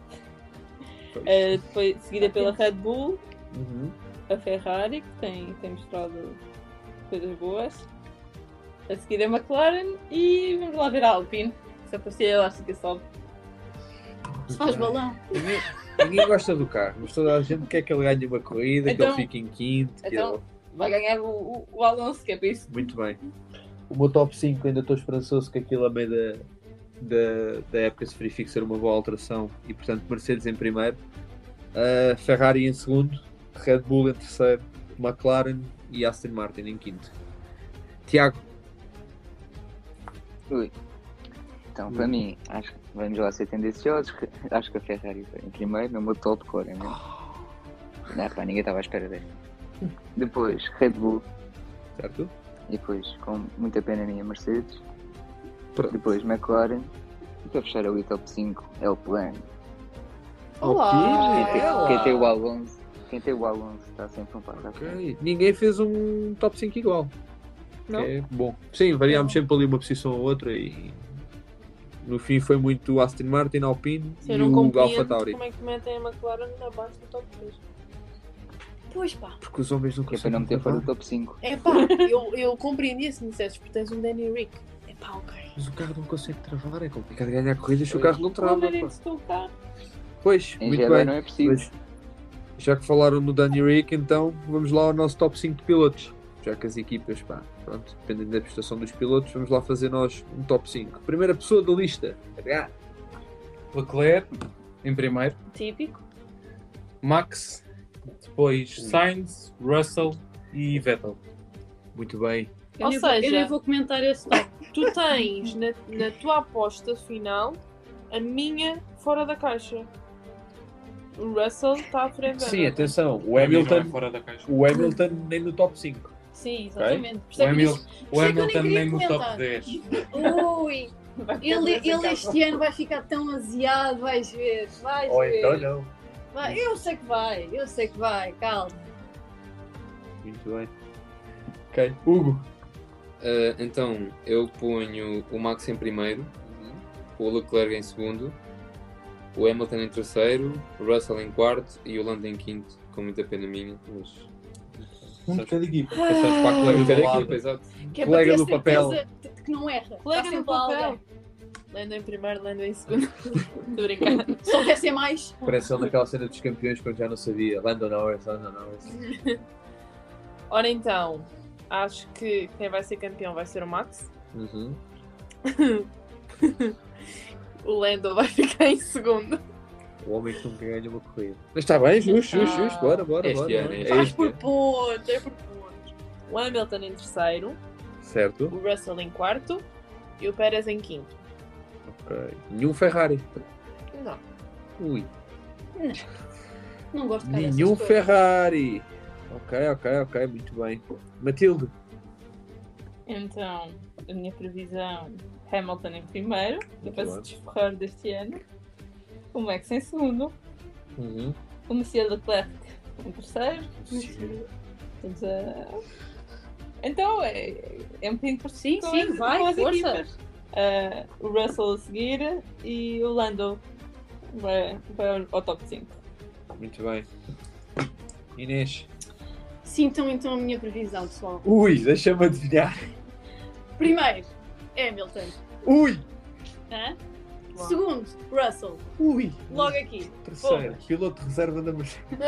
Eh, depois, seguida pela Red Bull,
Uhum.
a Ferrari, que tem, tem mostrado coisas boas. A seguir a McLaren e vamos lá ver a Alpine. Se aparecer a elástica sobe.
Se faz balão.
Ninguém, ninguém gosta do carro, mas toda a gente quer que ele ganhe uma corrida,
Então-
que ele fique em quinto. que
então-
ele-
Vai ganhar o, o, o Alonso, que é para isso.
Muito bem. O meu top 5 ainda estou esperançoso que aquilo a meio da, da, da época se verifique ser uma boa alteração e, portanto, Mercedes em primeiro, uh, Ferrari em segundo, Red Bull em terceiro, McLaren e Aston Martin em quinto. Tiago,
Ui. Então,
Hum.
para mim, acho que vamos lá ser tendenciosos. que- [LAUGHS] Acho que a Ferrari foi em primeiro, no meu top
[GASPS]
claramente. Não, pá, ninguém estava à espera
[LAUGHS]
dele. Depois, Red Bull.
certo?
E depois, com muita pena minha, Mercedes.
Pronto.
Depois, McLaren. E para fechar ali o top 5, é o plano.
Alpine, É,
Quem tem, quem tem o Alonso, quem tem o Alonso está sempre um passo à frente.
Ok. Ninguém fez um top 5 igual.
Não?
Que É bom. Sim, variámos sempre ali uma posição ou outra e no fim foi muito Aston Martin, Alpine
Se
e
eu não
o Alfa
compreendo
Tauri.
como é que metem a McLaren abaixo do top 3.
Pois pá.
Porque os homens não tá
Que é
conseguem
para não meter fora do
acabar.
top 5.
É pá, eu, eu compreendia se me dissesses porque tens um Danny Rick. É pá, ok.
Mas o carro não consegue travar, é complicado ganhar corridas se o carro não trava.
Como é que
pá.
estou cá?
Pois,
Em
muito
GLA
bem.
não é preciso.
Mas já que falaram no Danny Rick, então vamos lá ao nosso top 5 de pilotos. Já que as equipas, pá, pronto, dependendo da prestação dos pilotos, vamos lá fazer nós um top 5. Primeira pessoa da lista. Edgar.
Leclerc, em primeiro.
Típico.
Max, depois Sainz, Russell e Vettel.
Muito bem.
Ou
nem vou-
seja, eu
nem
nem vou comentar esse top.
Tu tens na, na tua aposta final a minha fora da caixa. O Russell está à frente. da
Sim,
Ana.
atenção, o
Para mim não
Hamilton
é fora da caixa.
o Hamilton nem no top 5.
Sim,
Um
exatamente. Por isso é que
O
eu
Hamil-
disse-
o
sei que eu nem
Hamilton
queria
nem no
comentar.
top 10.
Ui,
Vai ficar
ele,
dois em
ele
casa.
este ano vai ficar tão aziado, vais ver. Vais ver.
não.
Vai, eu sei que vai, eu sei que vai, calma.
Muito bem. Ok, Hugo.
Ah, então, eu ponho o Max em primeiro, o Leclerc em segundo, o Hamilton em terceiro, o Russell em quarto e o Lando em quinto, com muita pena minha. Mas
Um de cada equipa.
passamos para a colega
Ah.
da equipa, exato.
Que é para
Colega
ter
do
certeza
papel.
de- de Que não erra. Está
Colega do
sempre
papel.
alguém.
então-
Lando em primeiro, Lando em segundo. [LAUGHS]
Estou a brincar.
Se houvesse mais,
Parece ele naquela cena dos campeões quando já não sabia. Landon Norris, Landon Norris.
Ora então, acho que quem vai ser campeão vai ser o Max.
Uhum.
O Lando vai [LAUGHS] ficar em segundo.
O homem que nunca ganha uma corrida. Mas está bem, justo, justo, justo. Bora, bora,
Este
bora.
ano,
bora.
este
É
Faz
este
por
ano.
pontos, é por pontos. O Hamilton em terceiro,
Certo.
o Russell em quarto e o Pérez em quinto.
Ok. Nenhum Ferrari.
Não.
Ui.
não gosto de cara dessas
Nenhum
coisas.
Ferrari. Ok, ok, ok. Muito bem. Matilde.
Então, a minha previsão: Hamilton em primeiro, depois
bem.
de desforrar deste ano, o Max em segundo,
Uhum.
o Messias Leclerc em terceiro. Portanto, ah, Então, é, é um bocadinho
Sim,
parecido com
sim,
as-
vai,
com as
força.
equipas. Ah, o Russell a seguir e o Lando vai, vai ao- ao top 5.
Muito bem. Inês.
Sintam então a minha previsão, pessoal.
Ui, deixa-me adivinhar.
Primeiro, é Hamilton.
Ui,
Hã? Segundo, Russell.
ui.
Logo aqui.
Terceiro, piloto de reserva da Mercedes.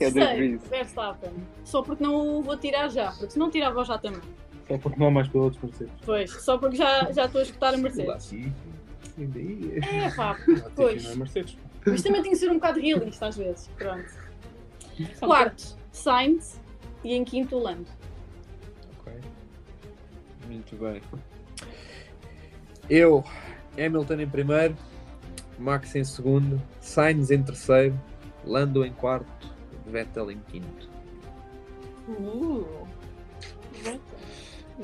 É
Eu dei por
Terceiro,
isso.
Verstappen. Só porque não o vou tirar já, porque se não tirava já também.
Só porque não há mais pilotos Mercedes.
Pois, só porque já, já estou a escutar a Mercedes.
Sim. Ainda aí.
É pá,
Até
Pois.
aqui não é Mercedes.
mas também tem que ser um bocado realista às vezes. Pronto. Tá Quarto, Sainz. E em quinto, o Lando.
Ok. Muito bem. Eu, Hamilton em primeiro, Max em segundo, Sainz em terceiro, Lando em quarto, Vettel em quinto.
Uh,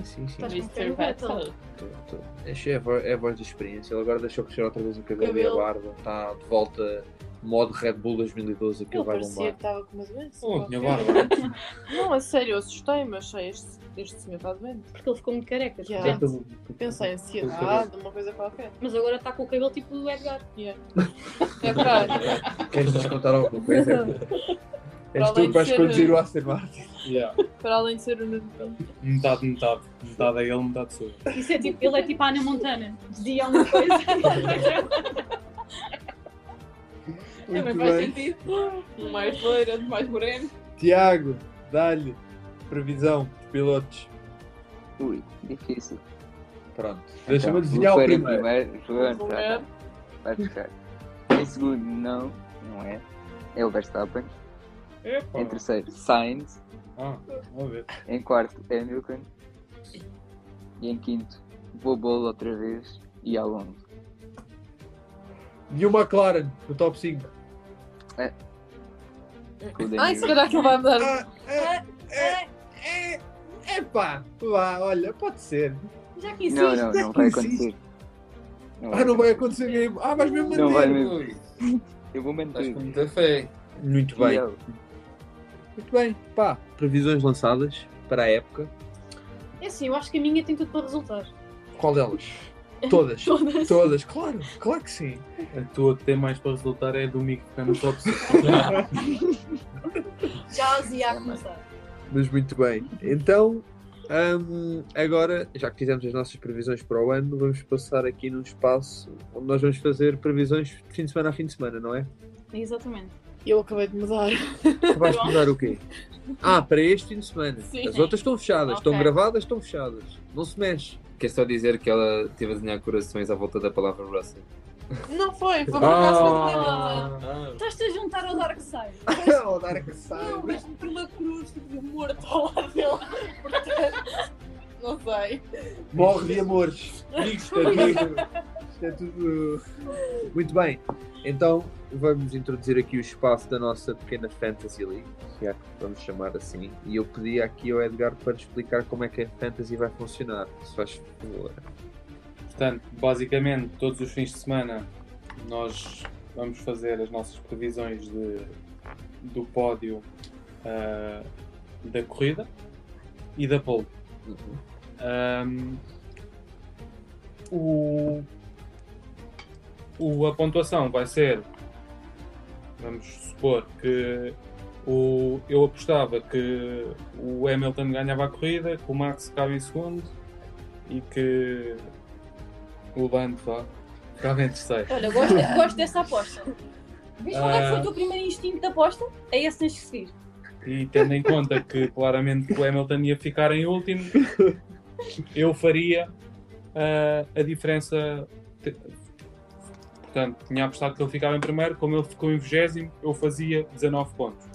Sim, sim.
Estás-
Mr. Vettel.
Tô, tô. Este é a, vo- é a voz da experiência. Ele agora deixou crescer outra vez o cabelo, e a
Cabelo.
barba. Está de volta modo Red Bull 2012. Aquilo
Ele
vai
parecia
bombar.
que estava com uma doença.
Oh,
qualquer.
tinha barba.
Não, a sério, eu assustei, mas achei este, este senhor está doente.
Porque ele ficou muito careca. de
Yeah.
repente.
Pensei, ansiedade, uma coisa qualquer.
Mas agora está com o cabelo tipo do Edgar.
É verdade.
Queres nos contar alguma coisa? És
além
tu
de
que vais
ser-
conduzir o Aston Martin.
Yeah.
Para além de ser o Nuno Pinto.
Metade, metade. Metade é ele, metade sou eu.
Isso é tipo, ele é tipo a Ana Montana. Dizia uma coisa.
Também
Muito
É, faz
bem.
sentido. Um mais loiro, outro mais moreno.
Tiago, dá-lhe previsão de pilotos.
Ui, difícil.
Pronto. Deixa-me
Então,
adivinhar o
Leclerc em
primeiro.
primeiro. Pronto, tá,
Leclerc.
tá. Vai ficar. Em segundo, não, não é. É o Verstappen.
Epá.
Em terceiro, Sainz.
Ah, vamos ver.
Em quarto, Hamilton. E em quinto, Bobolo outra vez e Alonso.
E o McLaren no top 5.
Com o Daniel.
Ai, será que ele vai mudar?
Ah,
É pá, vá, olha, pode ser.
[LAUGHS] Já que insiste.
Não, não, não vai acontecer.
Ah, não vai acontecer mesmo. Ah, mas mesmo
Não vai
manter.
mesmo.
Ui,
Eu vou
Estás
manter.
com muita fé.
Muito
E
bem.
eu?
Muito bem. Pá, previsões lançadas para a época.
É assim, eu acho que a minha tem tudo para resultar.
Qual
[LAUGHS]
delas? Todas.
Todas.
Todas, claro, claro que sim.
A tua que tem mais para resultar é a do Mick, que está no top 5.
Já as
É,
ia a começar.
Mas muito bem. Então, hum, agora, já que fizemos as nossas previsões para o ano, vamos passar aqui num espaço onde nós vamos fazer previsões de fim de semana a fim de semana, não é?
Exatamente.
Eu acabei de mudar.
Vais
Pronto.
mudar o quê? Ah, para este fim de semana.
Sim.
As outras estão fechadas, estão
Ok.
gravadas, estão fechadas. Não se mexe.
Quer só dizer que ela teve a desenhar corações à volta da palavra Russell.
Não foi, foi por acaso uma doença.
Ah,
Estás-te a juntar ao Dark Side.
[LAUGHS] Ou dar a caçar.
Não, mas por uma cruz tipo, de morto ao lado dele. Portanto, não sei.
Morre de amores. Isto é tudo. Isto é tudo. uh, Muito bem. Então vamos introduzir aqui o espaço da nossa pequena Fantasy League, se é que vamos chamar assim. E eu pedi aqui ao Edgar para explicar como é que a Fantasy vai funcionar. Se faz favor.
Portanto, basicamente, todos os fins de semana nós vamos fazer as nossas previsões de, do pódio ah, da corrida e da pole. Um, o, o- a pontuação vai ser, vamos supor que o, eu apostava que o Hamilton ganhava a corrida, que o Max ficava em segundo e que o Lando vá, ficava em terceiro.
Olha,
[LAUGHS]
gosto, gosto dessa aposta. Viste qual é que foi
Ah.
o teu primeiro instinto de aposta? É esse que tens que seguir.
E tendo em conta que claramente o Hamilton ia ficar em último, eu faria ah, a diferença. te- Portanto, tinha apostado que ele ficava em primeiro, como ele ficou em vigésimo, eu fazia 19 pontos.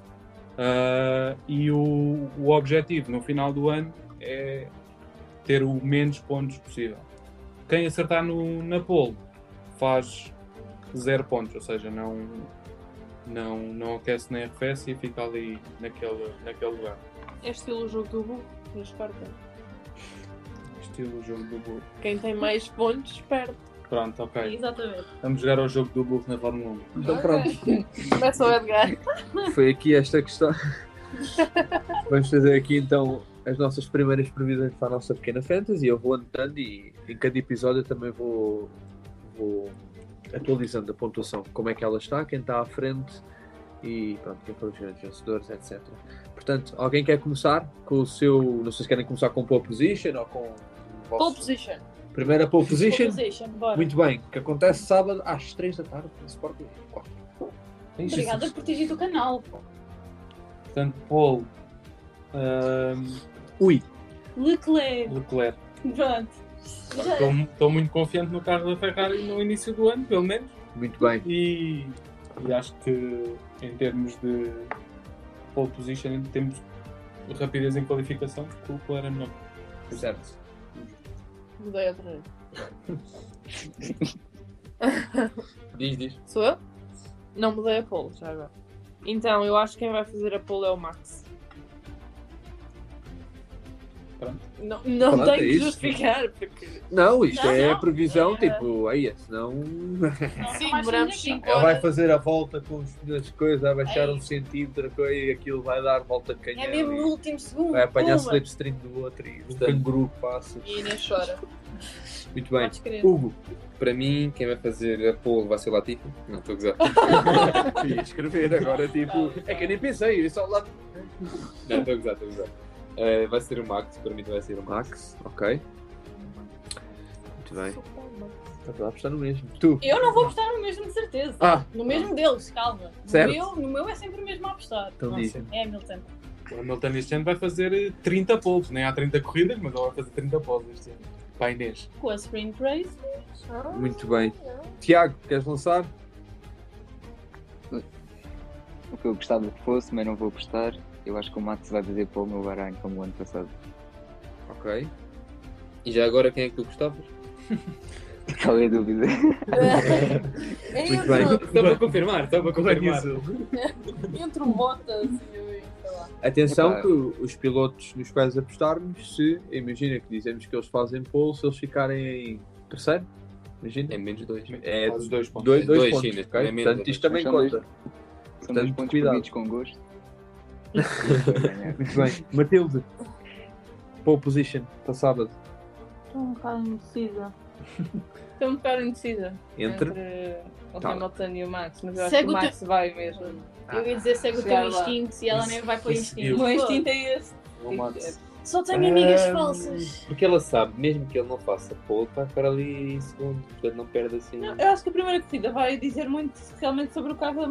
Ah, e o, o objetivo no final do ano é ter o menos pontos possível. Quem acertar no, na pole faz zero pontos, ou seja, não, não, não aquece nem arrefece e fica ali naquele, naquele lugar.
É estilo o jogo do burro, nos cartões.
Estilo jogo do burro.
Quem tem mais pontos, perde.
Pronto, ok.
Exatamente.
Vamos jogar ao jogo do burro na Fórmula 1.
Então pronto,
Começa o Edgar.
foi aqui esta questão. [LAUGHS] vamos fazer aqui então as nossas primeiras previsões para a nossa pequena Fantasy. Eu vou anotando e em cada episódio eu também vou, vou atualizando a pontuação, como é que ela está, quem está à frente e pronto, quem foram os grandes vencedores, etc. Portanto, alguém quer começar com o seu. Não sei se querem começar com pole position ou com. o vosso-
Pole position.
Primeira pole
Pole
position.
position, bora.
Muito bem, que acontece sábado às 3 da tarde no Sport TV.
Obrigada por teres ido o canal, pô.
Portanto, Paul ahm,
Ui,
Leclerc.
Leclerc.
Pronto. Já-
Estou- Estou muito confiante no carro da Ferrari no início do ano, pelo menos.
muito bem.
E, e acho que em termos de pole position, temos rapidez em qualificação, porque o Leclerc é menor.
Certo.
Mudei outra vez.
[LAUGHS] Diz, diz.
Sou eu? Não mudei a polo, já agora. Então, eu acho que quem vai fazer a polo é o Max.
Pronto.
Não, não
Pronto,
tenho
é
que
isso.
justificar, porque.
Não, isto
Não,
é
não.
previsão, tipo, aí, senão.
Não,
Sim,
não mais
demoramos
ninguém.
cinco
Ela vai fazer a volta com os- as coisas, a baixar
Ei.
um centímetro coisa, e aquilo vai dar volta de canhão.
É mesmo
e
no último segundo.
É,
Vai apanhar
Pumba.
slipstream do outro e o canguru [LAUGHS] passa.
E a Inês chora.
Muito bem.
Podes crer.
Hugo,
Para mim, quem vai fazer a pole vai ser o Latifi. Não, estou a [LAUGHS] gozar.
ia escrever agora, tipo. É que eu nem pensei, eu só lá.
Não, estou a gozar, estou a gozar. Eh, vai ser o Max, para mim vai ser o Max.
Max, ok. Muito bem. Estás a apostar no mesmo. Tu.
Eu não vou apostar no mesmo, de certeza.
Ah,
No mesmo deles, calma.
Certo.
No meu, no meu é sempre o mesmo a apostar.
então
Não
diz.
sei.
É Hamilton.
O Hamilton este ano vai fazer eh, 30 poles, nem há 30 corridas, mas ele vai fazer 30 poles este ano. Para a Inês.
Com a sprint
[LAUGHS]
race. é
Muito bem. Tiago, queres lançar?
O que eu gostava que fosse, mas não vou apostar. Eu acho que o Max vai fazer para o meu baralho como o ano passado. [LAUGHS]
Ok.
E já agora, quem é que tu gostavas?
Qual é a dúvida?
Muito bem.
Só para confirmar, só para confirmar.
Entre o Bottas e o. sei lá.
Atenção
Epá.
que os pilotos nos quais apostarmos, se imagina que dizemos que eles fazem pole, se eles ficarem em terceiro, imagina.
É menos dois.
É
Faz os dois pontos.
dois, dois,
Dois,
pontos,
sim,
ok?
é menos,
Portanto, isto também
São dois-
conta.
São
Portanto,
dois pontos
cuidado.
perdidos com gosto.
Muito bem. Matilde, pole position para sábado.
Estou um bocado indecisa. [LAUGHS] Estou um bocado indecisa.
Entre.
o
Tá.
Hamilton e o Max, mas eu acho
Segue
que o
o teu-
Max vai mesmo.
Eu ia dizer segue o
Chegar
teu
lá.
instinto e ela
Isso-
nem vai para o
isso- Hum.
instinto.
O meu
Pô,
instinto é esse.
O Max.
Só tenho amigas
Ah,
falsas.
Porque ela sabe, mesmo que ele não faça pole, vai ficar ali em segundo. Portanto, não perde assim.
Não, eu acho que a primeira corrida vai dizer muito realmente sobre o carro da,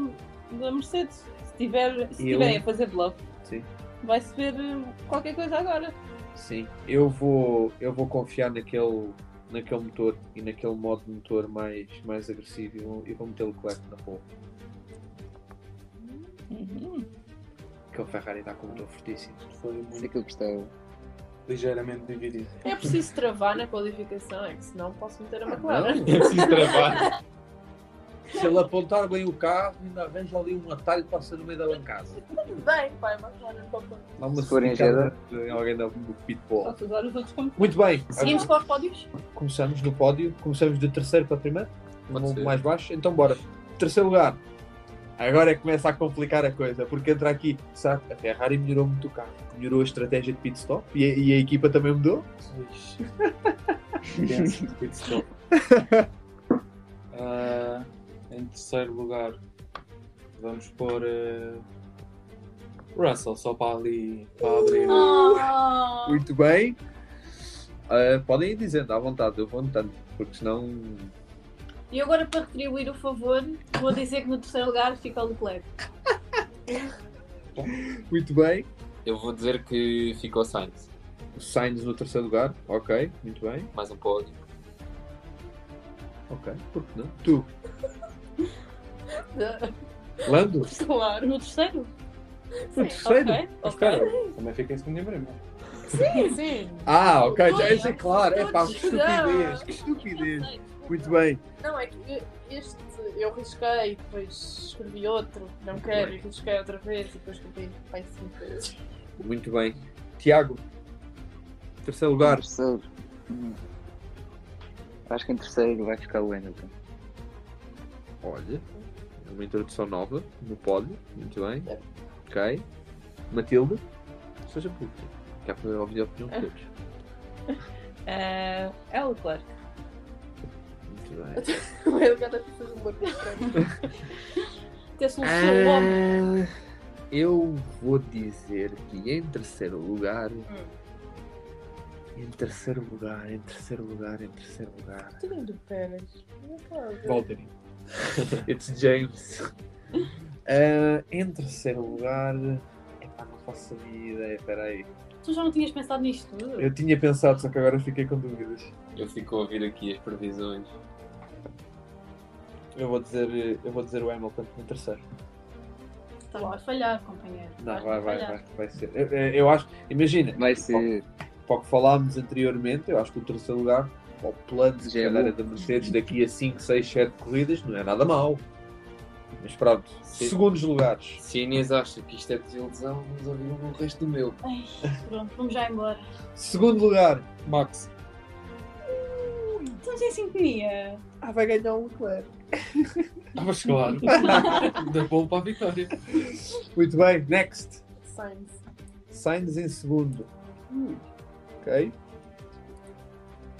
da Mercedes. Se tiver- se
Eu-
tiverem a fazer bluff,
Sim.
vai-se ver eh, qualquer coisa agora.
Sim, eu vou, eu vou confiar naquele, naquele motor e naquele modo de motor mais, mais agressivo e vou, e vou meter o Leclerc na pole. Porque o Ferrari está com um motor fortíssimo.
Foi
Isso é
muito
que eu gostava.
ligeiramente dividido.
É preciso travar na qualificação, é que senão posso meter a McLaren.
Não,
É preciso travar.
se ele apontar bem o carro, ainda arranja ali um atalho para ser no meio da bancada.
Tudo bem, pai, McLaren, para o ponto.
Dá uma
Se forem
sacada de alguém da, do pitbull.
Posso usar os
[LAUGHS]
outros como.
Muito bem,
Ah.
Seguimos para os pódios?
começamos no pódio. Começamos de terceiro para primeiro,
Pode
um
ser.
mais baixo. Então, bora. Terceiro lugar. Agora é que começa a complicar a coisa, porque entra aqui, sabe? A Ferrari melhorou muito o carro, melhorou a estratégia de pit stop e a, e a equipa também mudou.
Penso, pit stop. Ah, [LAUGHS] em terceiro lugar, vamos pôr eh, Russell, só para ali, para abrir.
Ah,
Muito bem. Ah, podem ir dizendo, à vontade, eu vou notando, porque senão.
E agora, para retribuir o favor, vou dizer que no terceiro lugar fica o Leclerc.
Muito bem.
Eu vou dizer que ficou Sainz.
Sainz no terceiro lugar, ok, muito bem,
Mais um pódio.
ok, por que não? Tu, Lando,
Claro. No terceiro?
no terceiro?
Ok,
Mas
ok.
cara,
Também fica em segundo e primeiro.
Sim, sim.
Ah, ok, já
Olha,
isso é claro. É pá, que
todos
estupidez, que
Eu
estupidez.
sei.
Muito bem.
Não, é que este eu risquei, depois escrevi outro, não quero, e risquei outra vez, e depois escrevi pai cinco vezes.
Muito bem. Tiago, terceiro lugar.
Em terceiro. Hum. Acho que em terceiro vai ficar o Hamilton.
Olha, é uma introdução nova no pódio. Muito bem.
É.
Ok. Matilde, seja pública. Quer poder ouvir a
É.
opinião de todos.
Ah, é
[LAUGHS]
o Leclerc.
Muito bem.
Eu cada vez fiz um barulho estranho.
ter solução o homem.
Ah, eu vou dizer que em terceiro lugar. Em terceiro lugar, em terceiro lugar, em terceiro lugar. [LAUGHS]
Tadinho do Pérez. Não pode.
Valtteri.
It's James. Ah, em terceiro lugar. Epá, não faço a minha ideia, peraí.
Tu já não tinhas pensado nisto tudo?
Eu tinha pensado, só que agora fiquei com dúvidas.
Eu fico a ouvir aqui as previsões.
Eu vou dizer, eu vou dizer o Hamilton em terceiro.
Estás Tá a falhar, companheiro.
Não,
Estás-me
vai,
a
vai,
falhar.
vai, é? vai ser. Eu, eu- eu acho, imagina,
Vai ser.
para o que falámos anteriormente, eu acho que o terceiro lugar, ao plano de
Já é
carreira
bom.
da Mercedes daqui a 5, 6, 7 corridas, não é nada mau. Mas pronto,
Sim.
segundos lugares.
Se a Inês acha que isto é desilusão, vamos ouvir o resto do meu.
Ai, pronto, vamos já embora.
Segundo lugar,
Max.
Hum, Estamos em sintonia.
ah, vai ganhar um Leclerc.
Ah,
[LAUGHS]
mas claro. da bom para a vitória.
Muito bem, next.
Sainz.
Sainz em segundo. Ok.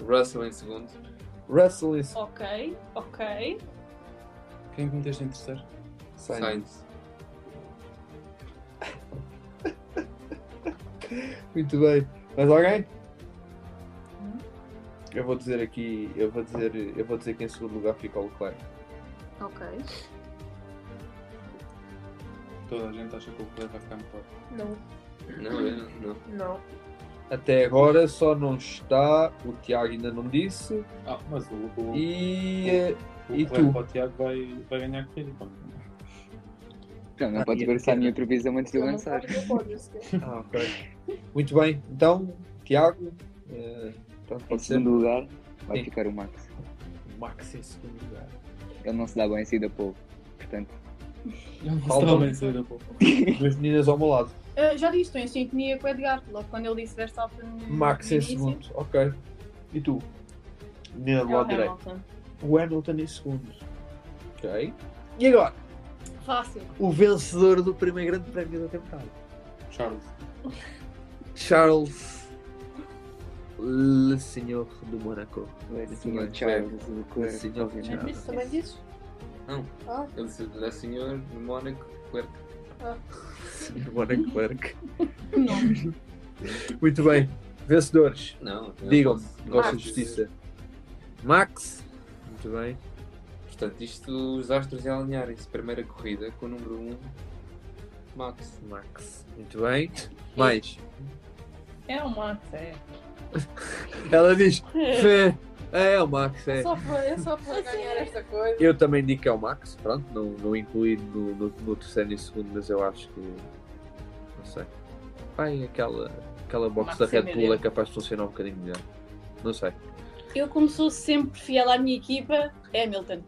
Russell em segundo.
Russell em segundo.
Ok, ok.
Quem é que meteste em terceiro?
Sainz.
Sainz.
Muito bem. Mais alguém? Eu vou dizer aqui, eu vou dizer, eu vou dizer que em segundo lugar fica o Leclerc.
Ok.
Toda a gente acha que o Leclerc vai ficar no top.
Não.
Não, eu
[LAUGHS]
não. não.
Não.
Até agora só não está, o Tiago ainda não disse.
Ah, mas o, o,
E eh,
o
e
Leclerc
tu?
para o Tiago vai, vai ganhar a corrida. pá.
Não, não
Ah,
podes
e-
ver se a minha previsão antes de eu
Eu não
lançar.
quero que eu pode, sequer.
Ah, ok. Muito bem, então, Tiago, eh, pronto,
Em
pode ser
segundo lugar, vai
Sim.
ficar o Max.
Max em segundo lugar.
Ele não se dá bem em saída pole. Portanto,
Eu não
Falta
estava
um.
bem cedo, pô.
Duas meninas ao meu lado.
[LAUGHS] Ah, já disse, estou em sintonia com o Edgar, logo quando ele disse Verstappen. no
Max em
início.
segundo, ok. E tu? Menina
É
do
o
lado direito.
Hamilton.
O Hamilton em segundo. Ok. E agora?
Fácil.
O vencedor do primeiro grande prémio da temporada.
Charles.
Charles Le Senhor do Monaco.
o
Muito
senhor
bem.
é,
Charles, o
Le
Leclerc,
Senhor
É
de
Não disse
Charles.
Também disse?
Não.
Ah.
Ele disse o senhor de Mónaco, Leclerc.
Senhor Monaco
[LAUGHS]
Clerc.
Não.
Muito bem. Vencedores.
Não. eu
Digam-me.
posso- não
Gosto
posso
de
dizer.
justiça. Max. Muito bem.
Portanto, isto os astros a alinharem-se. Primeira corrida com o número 1, Max.
Max. Muito bem. Mais.
É
um
o Max, é.
Ela diz. "Fé, É, é o Max. É.
Só para, é só
Assim,
para ganhar esta coisa.
Eu também digo que é o Max. Pronto. Não, não incluí no, no, no terceiro e segundo, mas eu acho que. Não sei. Vai aquela, aquela box
Max
da
é
Red Bull
melhor.
é capaz de funcionar um bocadinho melhor. Não sei.
Eu, como sou sempre fiel à minha equipa, é Hamilton.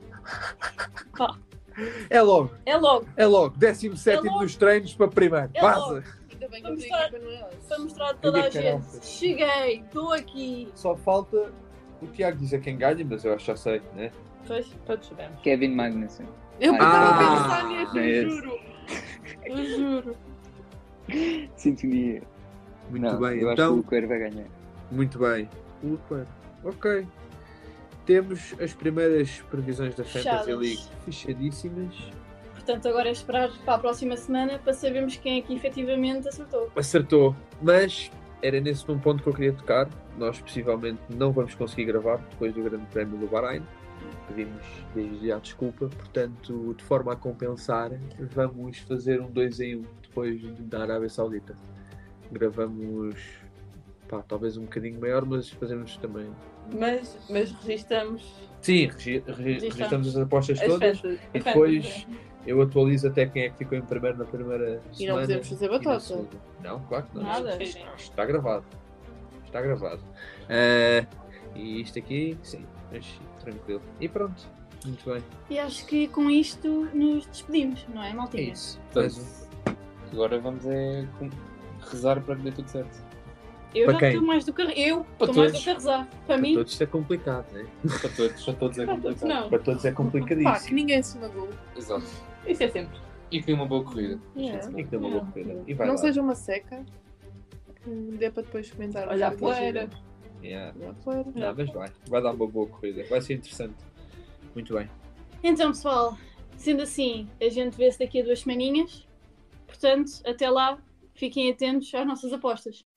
É logo,
É logo,
é logo. 17
É logo.
dos treinos para primeiro.
É
Vaza!
logo.
Ainda bem que a
Vamos
minha equipa não é
para
hoje.
mostrar a toda a
Diga, Carol.
gente. Cheguei, estou aqui.
Só falta o Tiago dizer quem ganha, mas eu acho que já sei, né?
Pois, todos sabemos.
Kevin Magnussen.
Eu
Ah.
estava a
Ah.
pensar nisso,
Não é
eu
esse.
juro. Eu juro.
Sintonia.
Muito
não,
bem,
eu
então.
acho que o Leclerc vai ganhar.
Muito bem. O Leclerc. Ok. Temos as primeiras previsões da Fantasy
Fechadas.
League fechadíssimas.
Portanto, agora é esperar para a próxima semana para sabermos quem é que efetivamente acertou.
Acertou, mas era nesse um ponto que eu queria tocar. Nós possivelmente não vamos conseguir gravar depois do Grande Prémio do Bahrein. Pedimos desde já desculpa, portanto, de forma a compensar, vamos fazer um 2 em 1 depois da Arábia Saudita. Gravamos, pá, talvez um bocadinho maior, mas fazemos também.
Mas, mas registramos
Sim, regi- regi-
Registramos.
registramos as apostas
as
todas
festas.
e depois eu atualizo até quem é que ficou em primeiro na primeira semana.
E não podemos fazer
e na
batota.
segunda. Não, claro que não.
Nada.
Está gravado. Está gravado. Eh, e isto aqui, sim, mas tranquilo. E pronto. Muito bem.
E acho que com isto nos despedimos, não é,
É
Maltinha?
isso. Mais um.
Portanto, agora vamos é com- rezar para que dê tudo certo.
Eu
Para
já
quem?
estou mais do que a- Eu
Para
estou mais do
todos.
que a rezar. Para
Para
mim,
todos isto é complicado, né?
Para todos, para todos
[LAUGHS]
é
No,
complicado.
não.
tá
Para todos é
Pá, que
complicadíssimo.
ninguém se magoe.
Exato.
Isso é sempre.
E que uma boa corrida.
Yeah.
E que dá uma
Não.
loucura. E vai
Não
lá.
seja uma seca. Que dê para depois comentar.
Olha a
as
poeira.
Yeah.
coisas. Olha a poeira.
Não, mas vai. Vai dar uma boa corrida. Vai ser interessante. Muito bem.
então pessoal, Sendo assim, a gente vê-se daqui a duas semaninhas. Portanto, até lá, fiquem atentos às nossas apostas.